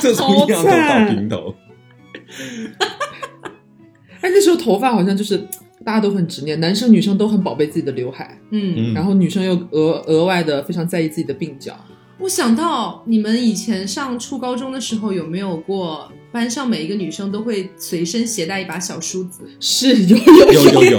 就从阴阳头到平头。
哎，那时候头发好像就是大家都很执念，男生女生都很宝贝自己的刘海，
嗯，
嗯
然后女生又额额外的非常在意自己的鬓角。
我想到你们以前上初高中的时候，有没有过班上每一个女生都会随身携带一把小梳子？
是有
有
有
有有有，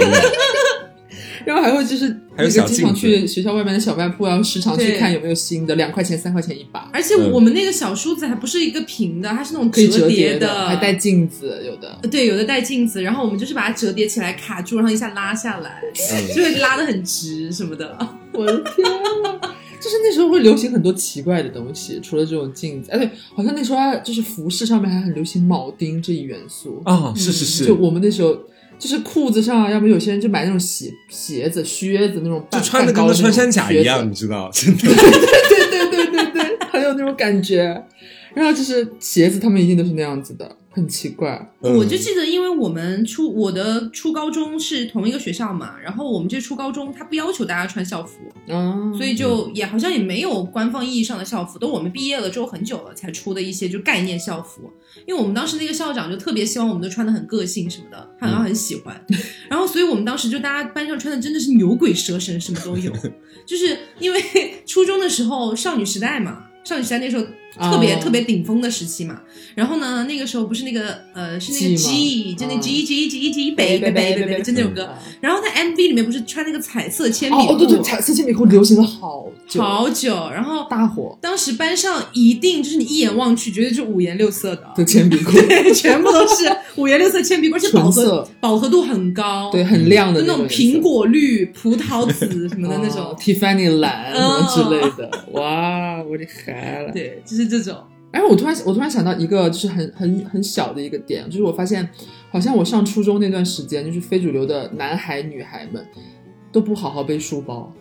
然后还会就是
还有
那
小
个经常
镜子
去学校外面的小卖啊铺，然后时常去
对
看有没有新的，两块钱、三块钱一把，
而且
嗯
我们那个小梳子还不是一个平的，它是那种
可以折
叠
的，还带镜子，有的。
对，有的带镜子，然后我们就是把它折叠起来卡住，然后一下拉下来， 就会拉得很直什么的。
我的天啊！就是那时候会流行很多奇怪的东西，除了这种镜子，哎，对，好像那时候还就是服饰上面还很流行铆钉这一元素。
啊，是是是，
就我们那时候，就是裤子上，啊要不有些人就买那种鞋鞋子、靴子那种半，
就穿的
的
跟个穿山甲一 样，。你 知道，真的。
对对对对对，很有那种感觉。然后就是鞋子，他们一定都是那样子的，很奇怪。
嗯
我就记得，因为我们初我的初高中是同一个学校嘛，然后我们这初高中它不要求大家穿校服，
啊，
所以就也好像也没有官方意义上的校服，都我们毕业了之后很久了才出的一些就概念校服。因为我们当时那个校长就特别希望我们都穿的很个性什么的，他好像很喜欢。然后，所以我们当时就大家班上穿的真的是牛鬼蛇神，什么都有。就是因为初中的时候少女时代嘛，少女时代那时候特别、
哦
特别顶峰的时期嘛。然后呢，那个时候不是那个呃是那个
G
G，
吗
就那
嗯
G G G G 北北北北北，就那首歌。然后他 MV 里面不是穿那个彩色铅笔
哦
裤，
哦对对，彩色铅笔裤流行了好久，
好久。然后
大火
当时班上一定就是你一眼望去，绝对是五颜六色的，
的铅笔裤，
对， 全部都是五颜六色铅笔裤，而且饱
纯
和
色，
饱和度很高，
对，，很亮的
就那种
种
苹果绿、葡萄紫什么
颜色
的那
哦
种，
Tiffany 蓝什么之
哦
类的，哇，我的孩了。
对，就是这种。
哎，我突然我突然想到一个，就是很很很小的一个点，就是我发现，好像我上初中那段时间，就是非主流的男孩女孩们都不好好背书包，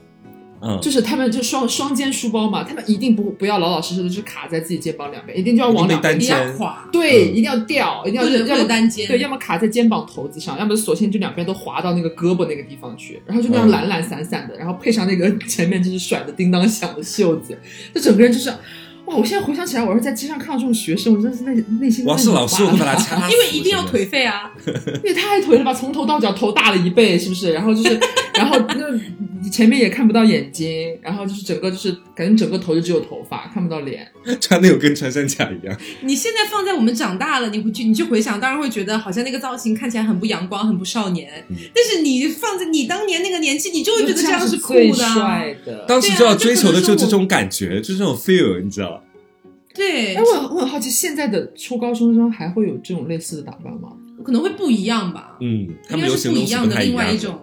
嗯，
就是他们就双双肩书包嘛，他们一定不不要老老实实的，就是卡在自己肩膀两边，一定就要往两边
一定
一
单
定
肩
要垮，
对，
嗯
一定要掉，一定要
或者
要
或者
么
单肩，
对，要么卡在肩膀头子上，要么索性就两边都滑到那个胳膊那个地方去，然后就那
嗯
样懒懒散散的，然后配上那个 前面就是甩的叮当响的袖子，就整个人就是，哇！我现在回想起来，我要是在街上看到这种学生，我真的是内内心
我要
真
是
的很
老师，我会
麻
把
烦
他掐死。
因为一定要
真的
颓废啊，
你也太颓了吧！从头到脚头大了一倍，是不是？然后就是，然后那前面也看不到眼睛，然后就是整个就是感觉整个头就只有头发，看不到脸。
穿的有跟穿山甲一样。
你现在放在我们长大了，你回去你去回想，当然会觉得好像那个造型看起来很不阳光，很不少年。
嗯
但是你放在你当年那个年纪，你就会觉得这样
是
酷
最
的啊、
帅的。
当时就要追求的就这种感觉，就这种 feel，你知道？
对
哎，，我很我很好奇，现在的初高中生还会有这种类似的打扮吗？
可能会不一样吧，
嗯，他
应
们
该
流
是
行
不
的
一
东西
样
不
的
太
另外
样
一。种。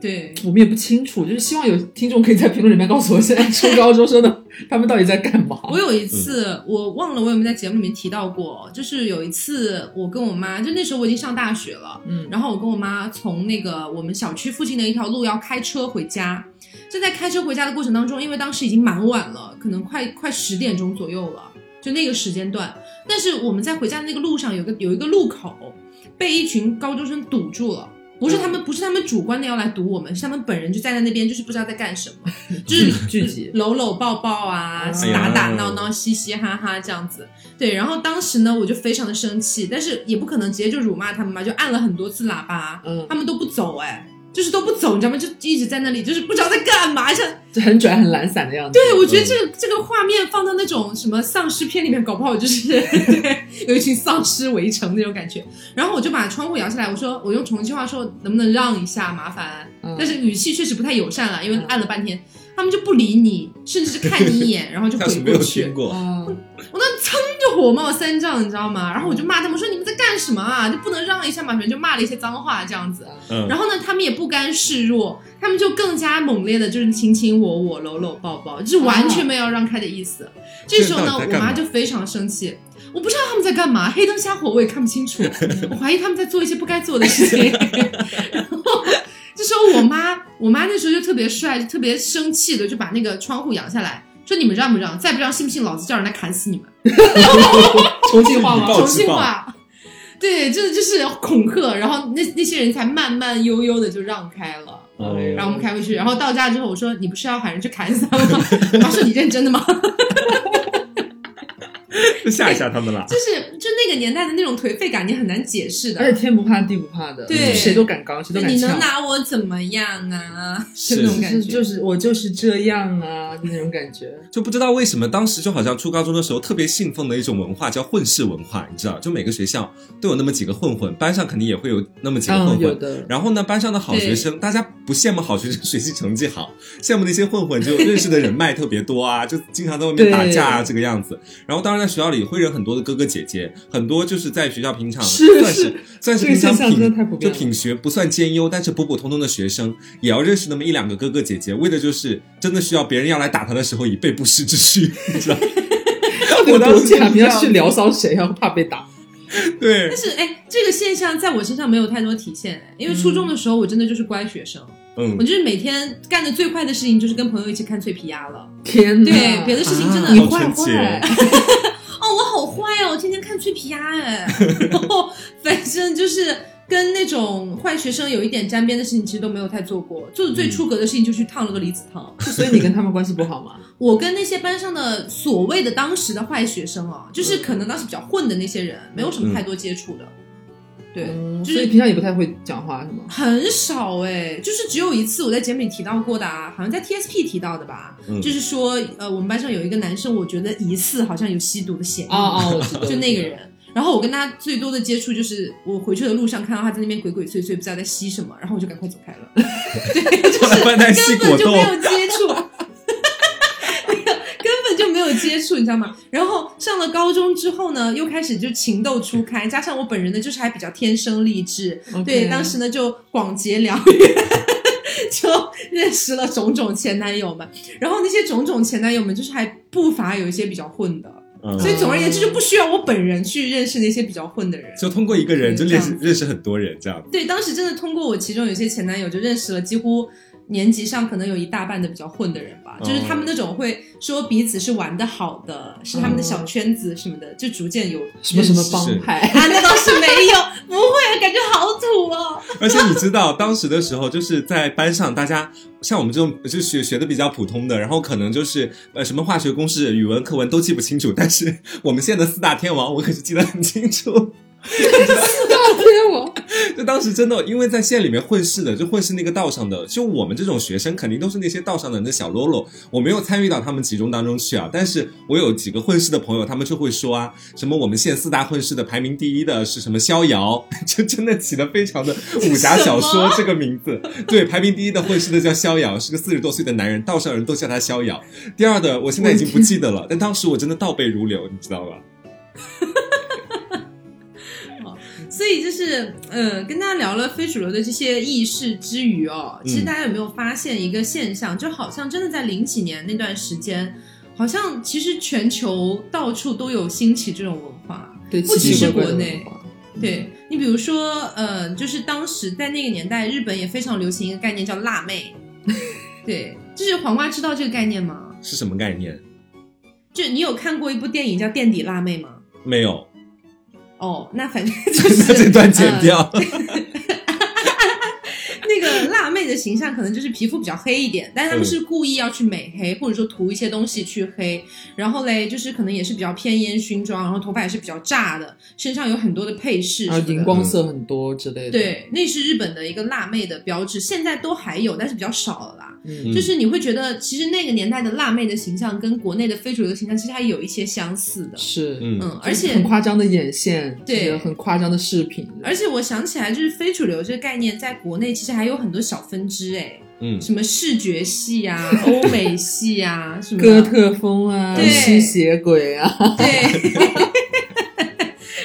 对，
我们也不清楚，就是希望有听众可以在评论里面告诉我，现在初高中生的他们到底在干嘛？
我有一
嗯
次，我忘了我有没有在节目里面提到过，就是有一次我跟我妈，就那时候我已经上大学了，
嗯，
然后我跟我妈从那个我们小区附近的一条路要开车回家，就在开车回家的过程当中，因为当时已经蛮晚了，可能快快十点钟左右了，就那个时间段。但是我们在回家的那个路上有个有一个路口被一群高中生堵住了。不是他们，不是他们主观的要来堵我们，是他们本人就站在那边，就是不知道在干什么，就是
聚集
搂搂抱抱啊，
哎呀
打打闹闹，嘻嘻哈哈这样子。对，然后当时呢，我就非常的生气，但是也不可能直接就辱骂他们嘛，就按了很多次喇叭，
嗯
他，们都不走、哎，就是都不走，你知道吗？就一直在那里，就是不知道在干嘛。像
就很拽很懒散的样
嗯
子。
对我觉得这个、这个画面放到那种什么丧尸片里面，搞不好就是 对有一群丧尸围城那种感觉。然后我就把窗户摇下来，我说我用重庆话说，能不能让一下，麻烦。
嗯
但是语气确实不太友善了，因
嗯
为按了半天，他们就不理你，甚至是看你一眼，然 后就
像
回
是没有
过去嗯
听。过，
啊，
我那噌就火冒三丈，你知道吗？然后我就骂他们说你们在干什么啊？就不能让一下嘛，反正就骂了一些脏话这样子。
嗯，
然后呢，他们也不甘示弱，他们就更加猛烈的，就是亲亲我我、搂搂抱抱，就是完全没有让开的意思。这时候呢，
啊这到底在
我
干嘛
妈就非常生气，我不知道他们在干嘛，黑灯瞎火我也看不清 楚，我怀疑他们在做一些不该做的事情。 然后这时候我妈，我妈那时候就特别帅，就特别生气的就把那个窗户扬下来，说你们让不让？再不让，信不信老子叫人来砍死你们？
重庆话吗
以？暴
重
制
庆
暴
话，对，这就是恐吓，然后那那些人才慢慢悠悠的就让开了。
嗯
然后我们开回去，然后到家之后，我说你不是要喊人去砍死他们吗？ 我妈说你认真的吗？
吓一吓他们 啦。
就是就那个年代的那种颓废感，你很难解释
而
的。
且天不怕地不怕的，
对
谁都敢刚，谁都
就
敢
你能
呛。
拿我怎么样啊？
是
那种
就
感
是
觉。
就是我就是这样啊，就那种感觉。
就不知道为什么，当时就好像初高中的时候特别信奉的一种文化叫混世文化，你知道，就每个学校都有那么几个混混，班上肯定也会有那么几个混
嗯，有
混。
的。
然后呢，班上的好学生，大家不羡慕好学生学习成绩好，羡慕那些混混就认识的人脉特别多啊，就经常在外面打架啊，
对
这个样子。然后当然在学校里会认很多的哥哥姐姐，很多就是在学校平常
是
算
是
算是
这个
平常
现象真的太
品
普
就
遍了
品学不算兼优，但是普普通通的学生也要认识那么一两个哥哥姐姐，为的就是真的需要别人要来打他的时候以备不时之需， 你知道？我当时就是这
讲
样
平常去聊骚谁啊？怕被打。
对
但，是哎，这个现象在我身上没有太多体现，哎因为初中的时候我真的就是乖学生，
嗯
我，就是每天干的最快的事情就是跟朋友一起看《脆皮鸭》了。
天哪！
对，别的事情真 的
啊
你
好
坏
纯
坏
洁。
哦，我好坏哦，我天天看脆皮鸭哎，然后反正就是跟那种坏学生有一点沾边的事情，其实都没有太做过。做的最出格的事情就去烫了个离子烫。
所以你跟他们关系不好吗？
我跟那些班上的所谓的当时的坏学生哦，就是可能当时比较混的那些人，没有什么太多接触的。对，
嗯
就
所以
是
平常也不太会讲话，是吗？
很少哎、就是只有一次我在节目里提到过的啊，好像在 TSP 提到的吧，
嗯
就是说呃，我们班上有一个男生，我觉得疑似好像有吸毒的嫌疑，
哦哦，我记得，
就那个人。然后我跟他最多的接触就是我回去的路上看到他在那边鬼鬼祟祟，不知道在吸什么，然后我就赶快走开了。对，就是
后来发现他哎吸
根
果
本就
冻
没，有接触， 根本就没有接触，你知道吗？然后上了高中之后呢，又开始就情窦初开，加上我本人呢，就是还比较天生丽质，
OK
对，当时呢就广结良缘。 就认识了种种前男友们，然后那些种种前男友们就是还不乏有一些比较混的，
嗯
所以总而言之就不需要我本人去认识那些比较混的人。
就通过一个人就
这
认
样
识认识很多人这样。
对，当时真的通过我其中有些前男友就认识了几乎年级上可能有一大半的比较混的人吧，
哦
就是他们那种会说彼此是玩的好的，是他们的小圈子什么的，就逐渐有
哦什么什么
是
帮派，
啊，那倒是没有，不会，感觉好土哦。
而且你知道，当时的时候就是在班上，大家像我们这种就学学的比较普通的，然后可能就是呃什么化学公式、语文课文都记不清楚，但是我们现在的四大天王我可是记得很清楚。
天我
就当时真的，因为在县里面混世的，就混世那个道上的，就我们这种学生肯定都是那些道上的人的小喽啰，我没有参与到他们其中当中去啊。但是我有几个混世的朋友，他们就会说啊，什么我们县四大混世的排名第一的是什么逍遥， 就真的起的非常的武侠小说这个名字。对，排名第一的混世的叫逍遥，是个四十多岁的男人，道上人都叫他逍遥。第二的我现在已经不记得了，但当时我真的倒背如流，你知道吧？
所以就是，呃，跟大家聊了非主流的这些轶事之余哦，其实大家有没有发现一个现象，就好像真的在零几年那段时间，好像其实全球到处都有兴起这种文化。
对，
不
只
奇奇
是
怪怪
国
的
内
文化，
对你比如说，呃，就是当时在那个年代，日本也非常流行一个概念叫“辣妹”，对，就是黄瓜知道这个概念吗？
是什么概念？
就你有看过一部电影叫《垫底辣妹》吗？
没有，
哦，那反正就
那
是
这段剪掉。
那个辣妹的形象可能就是皮肤比较黑一点，但是他们是故意要去美黑，或者说涂一些东西去黑。然后嘞，就是可能也是比较偏烟熏妆，然后头发也是比较炸的，身上有很多的配饰什
然
么
后
的
啊荧光色很多之类的，，
对，那是日本的一个辣妹的标志，现在都还有，但是比较少了啦。
嗯，
就是你会觉得，其实那个年代的辣妹的形象跟国内的非主流的形象其实还有一些相似的。
是，
嗯
嗯，而
很
且
夸张的眼线，
对
就是很夸张的饰品，
而且我想起来，就是非主流这个概念在国内其实还有很多小分支哎。
嗯，
什么视觉系 啊、欧美系啊，什么
哥特风啊，
对
吸血鬼啊，
对。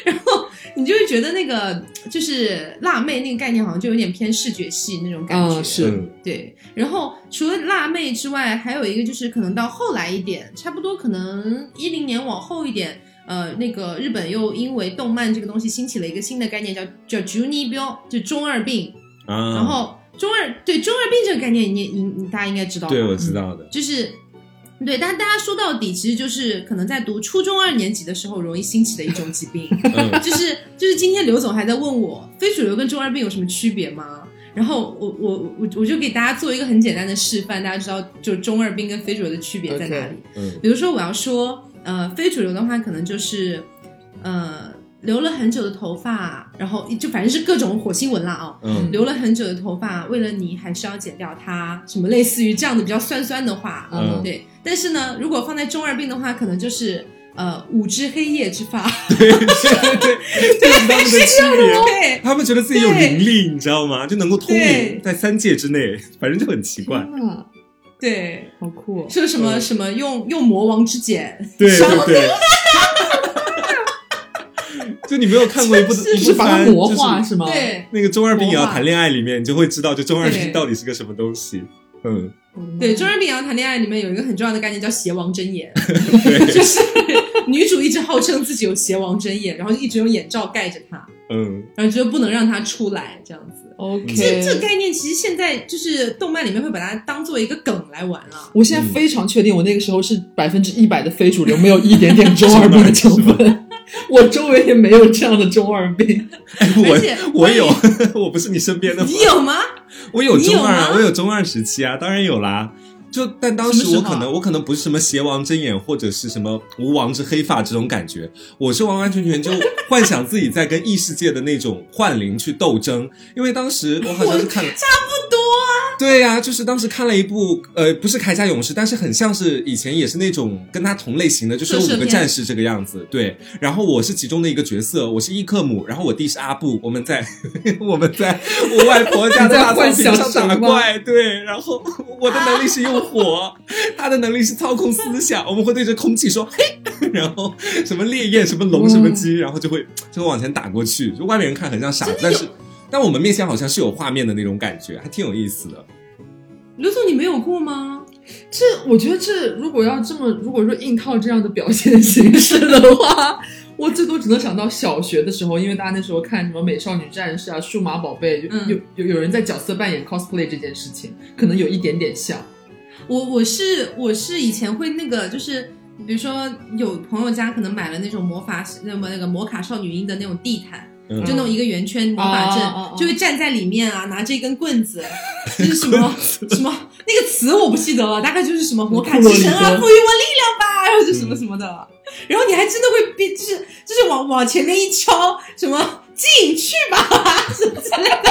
然后你就会觉得那个就是辣妹那个概念，好像就有点偏视觉系那种感觉。
嗯是
嗯
对。然后除了辣妹之外，还有一个就是可能到后来一点，差不多可能一零年往后一点。呃，那个日本又因为动漫这个东西兴起了一个新的概念，叫叫 “juni 标”，就中二病。
啊，
然后中二对中二病这个概念你，你你大家应嗯该知道吧？
对，我知道 的。
就是对，但大家说到底，其实就是可能在读初中二年级的时候容易兴起的一种疾病，
嗯，
就是就是今天刘总还在问我，非主流跟中二病有什么区别吗？然后我我我我就给大家做一个很简单的示范，大家知道就中二病跟非主流的区别在哪里。
嗯
比如说我要说，呃，非主流的话，可能就是，呃，留了很久的头发，然后就反正是各种火星文啦啊、
嗯
留了很久的头发，为了你还是要剪掉它，什么类似于这样的比较酸酸的话，
嗯
对。但是呢，如果放在中二病的话，可能就是呃五只黑夜之发，
对对对，这是他们的区别。
对
他们觉得自己有灵力，你知道吗？就能够通灵，
对
在三界之内，反正就很奇 怪。
啊，
对，
好酷哦，
说什么
嗯
什么用用魔王之茧，
对
什么
对对。 就你没有看过一部
真是
一
是
部
把它
番，
魔化
就是
是吗？，
对
那个中二病也要
魔化
谈恋爱里面，你就会知道，就中二病
对
到底是个什么东西。嗯，
哦
对，中二病也要谈恋爱里面有一个很重要的概念叫邪王真眼，
对，
就是女主一直号称自己有邪王真眼，然后一直用眼罩盖着它，
嗯，
然后就不能让它出来这样子。
OK，
这这个概念其实现在就是动漫里面会把它当做一个梗来玩了。
我现在非常确定，我那个时候是百分之一百的非主流，没有一点点中二病的成分。 我周围也没有这样的中二病，
哎
而且
我我
关于
有，我不是你身边的吗
你有吗？
我有中二
你有
啊，
吗
我有中二时期啊，当然有啦。就但当时
什么时
我
候啊
可能我可能不是什么邪王之眼或者是什么无王之黑发这种感觉，我是完完全全就幻想自己在跟异世界的那种幻灵去斗争，因为当时我好像是看了差不
多
对呀、就是当时看了一部呃不是铠甲勇士，但是很像是以前也是那种跟他同类型的，就是有
特摄
五个
片
战士这个样子，对，然后我是其中的一个角色，我是伊克姆，然后我弟是阿布，我们在 我们在我外婆家的大草坪上打怪，对，然后我的能力是用火，他的能力是操控思想，我们会对着空气说嘿， 然后什么烈焰、什么龙、什么鸡，然后就会就会往前打过去，就外面人看很像傻子，但是但我们面前好像是有画面的那种感觉，还挺有意思的。
刘总，你没有过吗？
这我觉得这如果要这么，如果说硬套这样的表现形式的话，我最多只能想到小学的时候，因为大家那时候看什么美少女战士啊、数码宝贝，有、
嗯
有有有人在角色扮演 cosplay 这件事情，可能有一点点像。
我我是我是以前会那个，就是比如说有朋友家可能买了那种魔法那么那个魔卡少女樱的那种地毯，
嗯
就那种一个圆圈魔法阵，
哦哦哦
就会站在里面啊，拿着一根棍子，就是什么什么那个词我不记得了，大概就是什么魔卡之神啊，
嗯
赋予我力量吧，然后就什么什么的，然后你还真的会变，就是就是往往前面一敲，什么进去吧，什么之类的，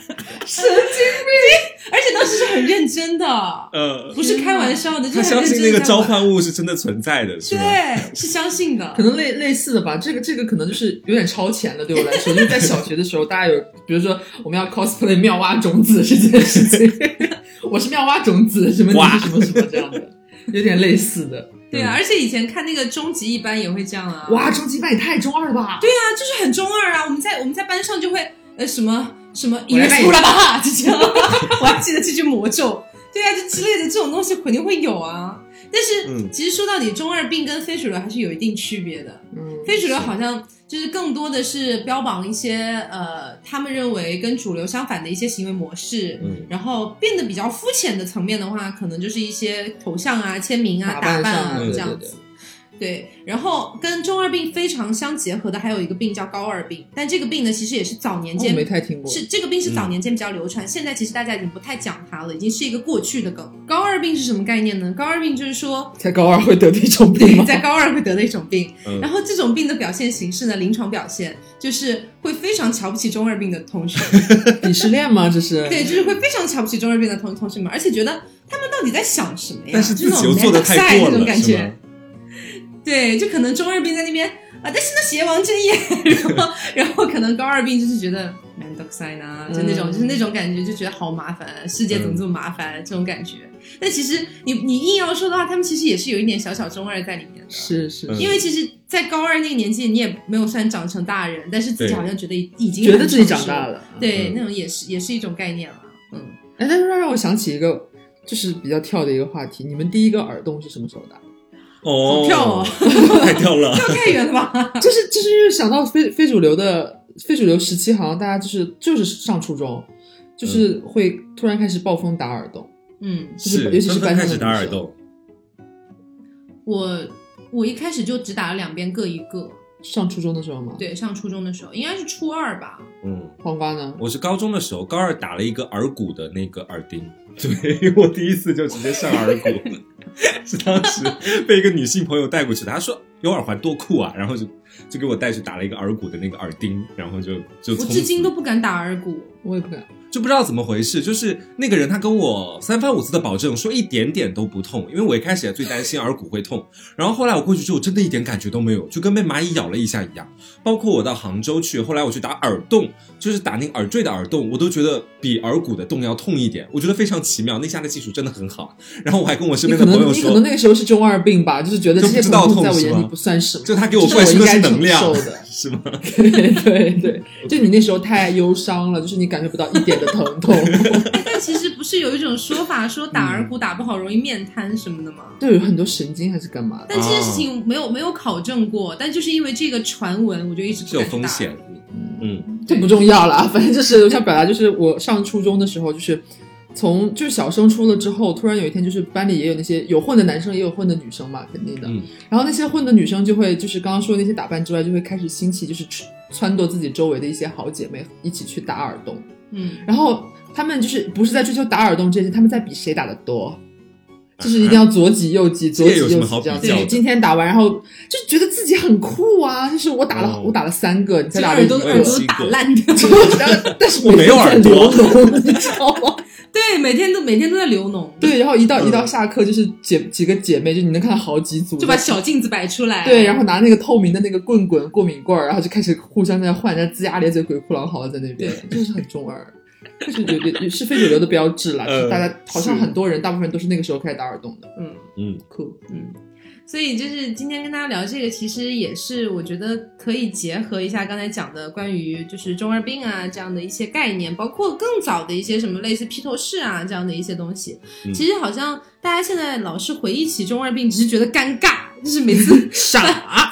神经病， 而且当时是很认真的，
呃，
不是开玩笑的，就
他
是很
相
认真
信
地
那个
在
召
玩，
唤物是真的存在的，是吗？
对，是相信的
可，能类类似的吧，这个这个可能就是有点超前了，对我来说，因为在小学的时候，大家有比如说我们要 cosplay 妙蛙种子这件事情， 我是妙蛙种子，什么
哇
你是什么什么这样的，有点类似的。
对
嗯
啊，而且以前看那个终极一班也会这样啊，
哇，终极版也太中二了吧！
对啊，就是很中二啊。我们在我们在班上就会呃什么什么，
我来扮演
出来吧，就这样。 我还记得这句魔咒，对啊，就之类的这种东西肯定会有啊。但是、
嗯
其实说到底，中二病跟非主流还是有一定区别的。
嗯，
非主流好像就是更多的是标榜一些呃他们认为跟主流相反的一些行为模式。
嗯，
然后变得比较肤浅的层面的话，可能就是一些头像啊、签名啊、
打
打
扮
扮
上
啊
啊对
这样
对
子。对，然后跟中二病非常相结合的还有一个病叫高二病，但这个病呢，其实也是早年
我
间、
哦没太听过，
是这个病是早年间比较流传，现在其实大家已经不太讲它了，已经是一个过去的梗了。高二病是什么概念呢？高二病就是 说
在高二会得的一种病
你
吗？
在高二会得的一种病，
嗯
然后这种病的表现形式呢，临床表现就是会非常瞧不起中二病的同学，
鄙视链吗？这是
对，就是会非常瞧不起中二病的同同学们，而且觉得他们到底在想什么呀？
但是
就
自
那
己
种
又做的太
mad
过
那种
了，
感
是
觉
吗。？
对，就可能中二病在那边啊，但是呢，邪王正眼，然后然后可能高二病就是觉得 man dog sign 啊，就那种、
嗯
就是那种感觉，就觉得好麻烦，啊世界怎
嗯
么这么麻烦、啊这种感觉。但其实你你硬要说的话，他们其实也是有一点小小中二在里面的。
是是，
嗯
因为其实，在高二那个年纪，你也没有算长成大人，但是自己
对
好像觉得已已经
觉得
很
自己
成
长大
熟，
了。
对，
嗯
那种也是也是一种概念了。嗯，
哎，但是让我想起一个，就是比较跳的一个话题，你们第一个耳洞是什么时候打？
哦，
好跳 哦，
太跳了，
跳太远了吧？
就是就是因为想到非非主流的非主流时期，好像大家就是就是上初中，就是会突然开始暴风打耳洞。
嗯，
就是尤其是
刚刚
班
开
上的
始打
女
耳
生
洞，
我我一开始就只打了两遍各一个。
上初中的时候嘛，，
对，上初中的时候应该是初二吧。
嗯。
黄瓜呢？
我是高中的时候，高二打了一个耳骨的那个耳钉，对我第一次就直接上耳骨， 是当时被一个女性朋友带过去的，她说有耳环多酷啊，然后就就给我带去打了一个耳骨的那个耳钉，然后就就
我
从
至今
此
都不敢打耳骨，
我也不敢。
就不知道怎么回事，就是那个人他跟我三番五次的保证说一点点都不痛，因为我一开始也最担心耳骨会痛，然后后来我过去之后真的一点感觉都没有，就跟被蚂蚁咬了一下一样。包括我到杭州去，后来我去打耳洞，就是打那个耳坠的耳洞，我都觉得比耳骨的洞要痛一点，我觉得非常奇妙，那下的技术真的很好。然后我还跟我身
你
边
可
的朋
能
友
你可能
说，
那个时候是中二病吧，就是觉得这
就
些
不知道
疼
痛
痛在我
是
眼里
吗
不算什么，
就他给我
这是我
灌输
应
的
该
是能量
承受的，
是吗？
对对对，就你那时候太忧伤了，就是你感觉不到一点的疼痛。
哎但其实不是有一种说 法说打耳骨打不好容易面瘫什么的
嗯
吗？
对，有很多神经还是干嘛的？
但这件事情没有没有考证过，但就是因为这个传闻，我就一直
是
不
有
敢
风
打
险，嗯，
这不重要啦， 反正就是我想表达，就是我上初中的时候，就是从就是小升初了之后，突然有一天，就是班里也有那些有混的男生，也有混的女生嘛，肯定的。
嗯
然后那些混的女生就会，就是刚刚说的那些打扮之外，就会开始兴起，就是撺撺掇自己周围的一些好姐妹一起去打耳洞。
嗯，
然后她们就是不是在追求打耳洞这件事，她们在比谁打的多。就是一定要左挤右挤，左
这
挤
有
右
什么
挤
好
这样
比较
对
的
今天打完，然后就觉得自己很酷啊，就是我打了，
哦
我打了三个，你才
就
打了
耳
一
朵
个。
耳 朵
吸
打
过
烂掉。
但但是
我没有耳朵
每天在流脓， 你知道吗？
对，每天都每天都在流脓，，
对，然后一到
嗯
一到下课，就是姐几个姐妹，就你能看到好几组，
就把小镜子摆出来，
对，然后拿那个透明的那个棍棍过敏棍儿，然后就开始互相在换，在龇牙咧嘴、鬼哭狼嚎在那边，就是很中二，就是有点是非主流的标志啦。就是大家好像很多人，大部分人都是那个时候开始打耳洞的，
嗯。
嗯，
酷。
嗯，所以就是今天跟大家聊这个，其实也是我觉得可以结合一下刚才讲的关于就是中二病啊这样的一些概念，包括更早的一些什么类似披头士啊这样的一些东西。
嗯
其实好像大家现在老是回忆起中二病，只是觉得尴尬，就是每 次
傻，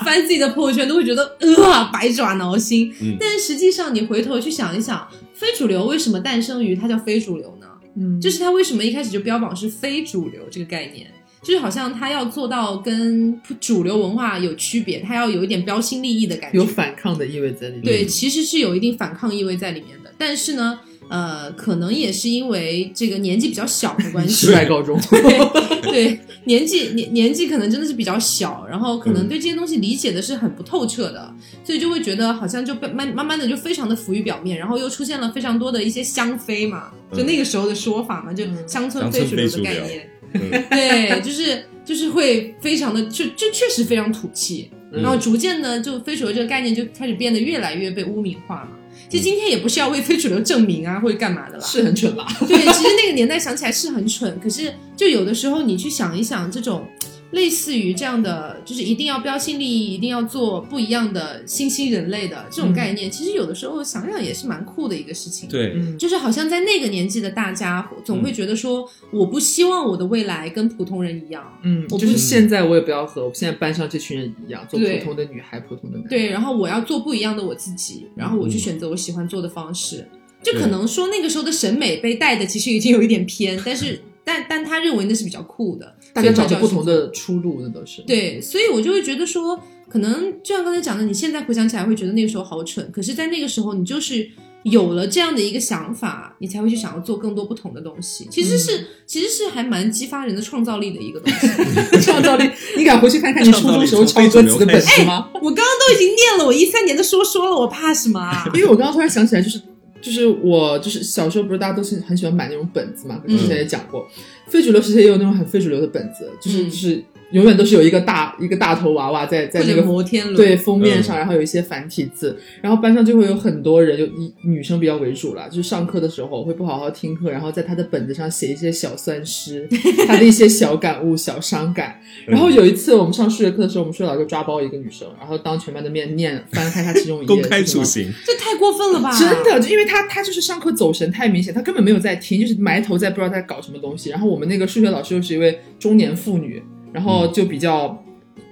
翻自己的朋友圈都会觉得呃百爪挠心。
嗯
但实际上你回头去想一想，非主流为什么诞生于它叫非主流呢？
嗯，
就是他为什么一开始就标榜是非主流这个概念，就是好像他要做到跟主流文化有区别，他要有一点标新立异的感觉。
有反抗的意味在里面。
对，
嗯
其实是有一定反抗意味在里面的。但是呢，呃，可能也是因为这个年纪比较小的关系
失，败告终。
对对，年纪年年纪可能真的是比较小，然后可能对这些东西理解的是很不透彻的，所以就会觉得好像就被慢慢慢的就非常的浮于表面，然后又出现了非常多的一些乡非嘛，就那个时候的说法嘛，就
嗯
乡村
乡
非
村
主流
非
的
主
概
流
念，
嗯
对，就是就是会非常的就就确实非常土气，
嗯
然后逐渐呢就非主流这个概念就开始变得越来越被污名化嘛。其实今天也不是要为非主流证明啊，或者干嘛的啦，
是很蠢啦，
对，其实那个年代想起来是很蠢，可是就有的时候你去想一想，这种类似于这样的，就是一定要标新立异，一定要做不一样的新兴人类的这种概念，其实有的时候想想也是蛮酷的一个事情。。
嗯对，嗯
嗯，
就是好像在那个年纪的大家，总会觉得说，我不希望我的未来跟普通人一样，
嗯，
我不
就是现在我也不要和我现在班上这群人一样，做
对
普通的女孩、普通的男孩。
对，然后我要做不一样的我自己，然后我去
嗯
选择我喜欢做的方式。就可
对
能说那个时候的审美被带的其实已经有一点偏，但是但但他认为那是比较酷的，
大家
所以
找
他就
着
要
不
去
同
做
的出路，那都是。
对，所以我就会觉得说，可能就像刚才讲的，你现在回想起来会觉得那个时候好蠢，可是，在那个时候你就是有了这样的一个想法，你才会去想要做更多不同的东西。其实是、
嗯
其实是还蛮激发人的创造力的一个东西。
创造力，你敢回去看看你初中时候抄歌词的本
哎
子吗？
我刚刚都已经念了我一三年的说说了，我怕什么啊？
因为我刚刚突然想起来，就是就是我就是小时候不是大家都是很喜欢买那种本子嘛，
嗯
之前也讲过，非主流时期也有那种很非主流的本子，就是、
嗯
就是永远都是有一个大一个大头娃娃在在
或
那
者
个。
摩天轮？
对，封面上，
嗯
然后有一些繁体字，然后班上就会有很多人，就以女生比较为主啦，就是上课的时候会不好好听课，然后在她的本子上写一些小 酸诗，她的一些小感悟、小伤感，
嗯
然后有一次我们上数学课的时候，我们数学老师抓包一个女生，然后当全班的面念翻开她其中一页，
嗯公开处
就是
刑，
这太过分了吧？
真的，就因为她她就是上课走神太明显，她根本没有在听，就是埋头在不知道在搞什么东西。然后我们那个数学老师又是一位中年妇女，然后就比较。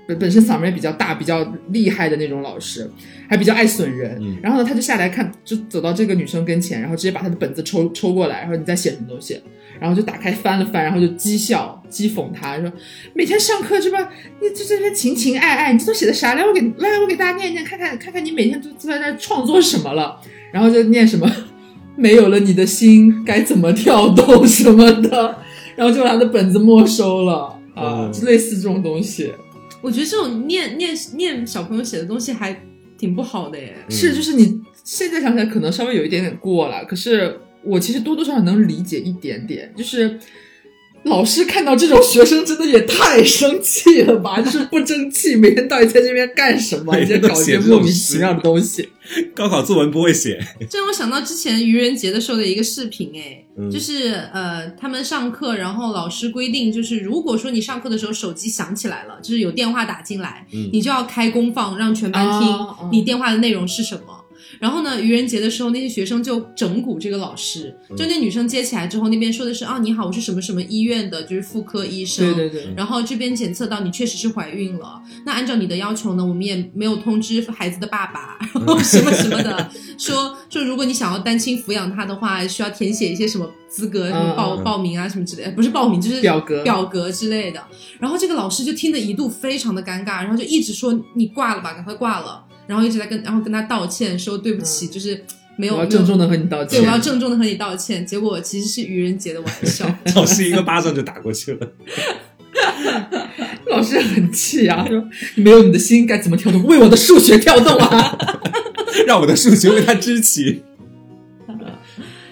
本本身嗓门也比较大、比较厉害的那种老师，还比较爱损人。
嗯
然后呢，他就下来看，就走到这个女生跟前，然后直接把她的本子抽抽过来，然后你在写什么东西？然后就打开翻了翻，然后就讥笑、讥讽她，说每天上课是吧？你这这这情情爱爱，你这都写的啥？来，我给来，我给大家念一念，看看看看你每天都都在那创作什么了？然后就念什么，没有了你的心该怎么跳动什么的，然后就把他的本子没收了啊，
嗯
就类似这种东西。
我觉得这种念念念小朋友写的东西还挺不好的耶。
嗯
是，就是你现在想起来可能稍微有一点点过了，可是我其实多多少少能理解一点点，就是。老师看到这种学生，真的也太生气了吧！就是不争气，每天到底在这边干什 么？
每
你在
天都
搞一些
写这
莫
种
名
诗
其妙的东西。
高考作文不会写，
这让我想到之前愚人节的时候的一个视频，哎，
嗯
就是呃，他们上课，然后老师规定，就是如果说你上课的时候手机响起来了，就是有电话打进来，
嗯
你就要开公放，让全班
哦哦
听你电话的内容是什么。然后呢，愚人节的时候，那些学生就整蛊这个老师，就那女生接起来之后，那边说的是啊，你好，我是什么什么医院的，就是妇科医生，
对对对，
然后这边检测到你确实是怀孕了，那按照你的要求呢，我们也没有通知孩子的爸爸，然后什么什么 的，说说如果你想要单亲抚养他的话，需要填写一些什么资格、什么报
嗯嗯
报名啊什么之类的，不是报名就是
表格
表格之类的。然后这个老师就听得一度非常的尴尬，然后就一直说你挂了吧，赶快挂了，然后一直在跟然后跟他道歉，说对不起，就是没有
嗯我要
没有
郑重的和你道歉。
对，我要郑 重的和你道歉。结果其实是愚人节的玩笑。
老师一个巴掌就打过去了。
老师很气啊，说你没有你的心该怎么跳动？为我的数学跳动 啊！
让我的数学为他支起。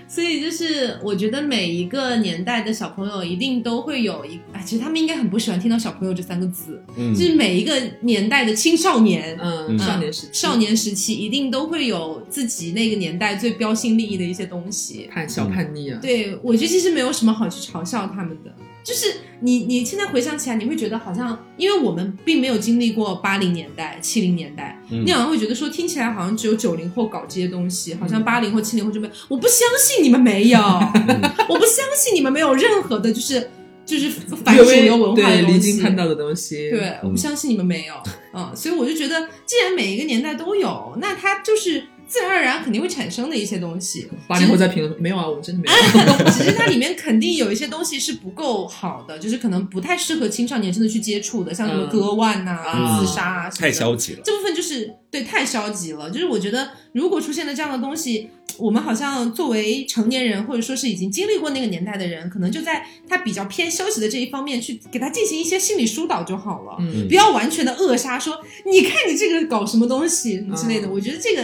所以就是，我觉得每一个年代的小朋友一定都会有一，哎，其实他们应该很不喜欢听到“小朋友”这三个字，
嗯
就是每一个年代的青少年、
嗯，少年时期，
少年时期一定都会有自己那个年代最标新立异的一些东西。
叛小叛逆啊，
对我觉得其实没有什么好去嘲笑他们的，就是你你现在回想起来，你会觉得好像，因为我们并没有经历过八零年代、七零年代，
嗯
你好像会觉得说，听起来好像只有九零后搞这些东西，
嗯
好像八零后、七零后就没有。我不相信你们没 有，我不相信你们没有任何的，就是就是反
略
主
微
流文化的
对
东
离
西
经。叛道的东西，
对，我不相信你们没有，嗯，所以我就觉得，既然每一个年代都有，那它就是自然而然肯定会产生的一些东西。
八零后在评论说没有啊，我们真的没有。
只是它里面肯定有一些东西是不够好的，就是可能不太适合青少年真的去接触的，像什么
嗯
割腕呐、
嗯
自杀啊什么的，
太消极了。
这部分就是对太消极了，就是我觉得如果出现了这样的东西，我们好像作为成年人或者说是已经经历过那个年代的人，可能就在他比较偏消极的这一方面去给他进行一些心理疏导就好了，
嗯
不要完全的扼杀说你看你这个搞什么东西什么之类的，
嗯
我觉得这个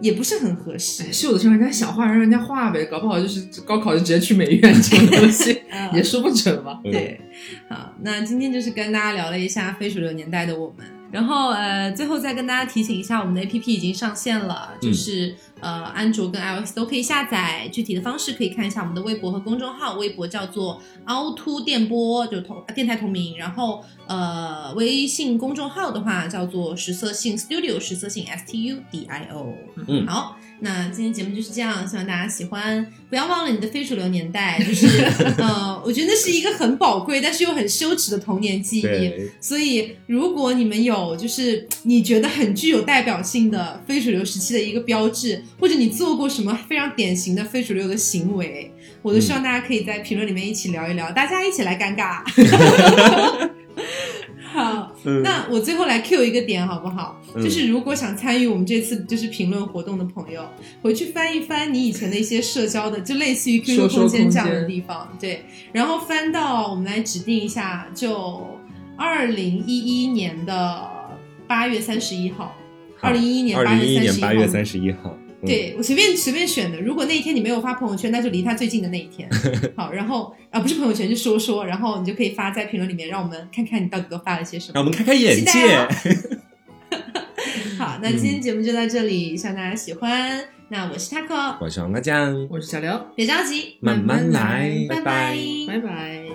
也不是很合适。
哎袖子上人家想画让人家画呗，搞不好就是高考就直接去美院这种 东西
嗯
哎也说不准嘛。
嗯
对，好，那今天就是跟大家聊了一下非主流年代的我们，然后呃，最后再跟大家提醒一下，我们的 APP 已经上线了，就
嗯
是、呃，安卓跟 iOS 都可以下载，具体的方式可以看一下我们的微博和公众号，微博叫做凹凸电波，就同电台同名，然后呃，微信公众号的话叫做实色性 Studio，实色性 S T U D I O，
嗯
好。那今天节目就是这样，希望大家喜欢。不要忘了你的非主流年代，就是，呃，我觉得那是一个很宝贵，但是又很羞耻的童年记忆。
对，
所以，如果你们有就是你觉得很具有代表性的非主流时期的一个标志，或者你做过什么非常典型的非主流的行为，我都希望大家可以在评论里面一起聊一聊，大家一起来尴尬。 好，
嗯
那我最后来 Q 一个点好不好？
嗯
就是如果想参与我们这次就是评论活动的朋友，回去翻一翻你以前的一些社交的，就类似于 QQ
说说
空间这样
空
的
间
地方，对。然后翻到我们来指定一下，就二零一一年的八月三十一号，二零一一年
二
八
零一一
月
年
三
八
十
月
一号
三。十一号，嗯，
对我随便随便选的，如果那一天你没有发朋友圈，那就离他最近的那一 天。好，然后啊不是朋友圈，就说说，然后你就可以发在评论里面，让我们看看你到底都发了些什么
让。我们开开眼
期
界。
待啊 好，那今天节目就到这里，希望大家喜欢。那我是 Taco，
我是王大江，
我是小刘，
别着急，
慢慢
慢慢
来，
来
嗯拜
拜拜
拜拜。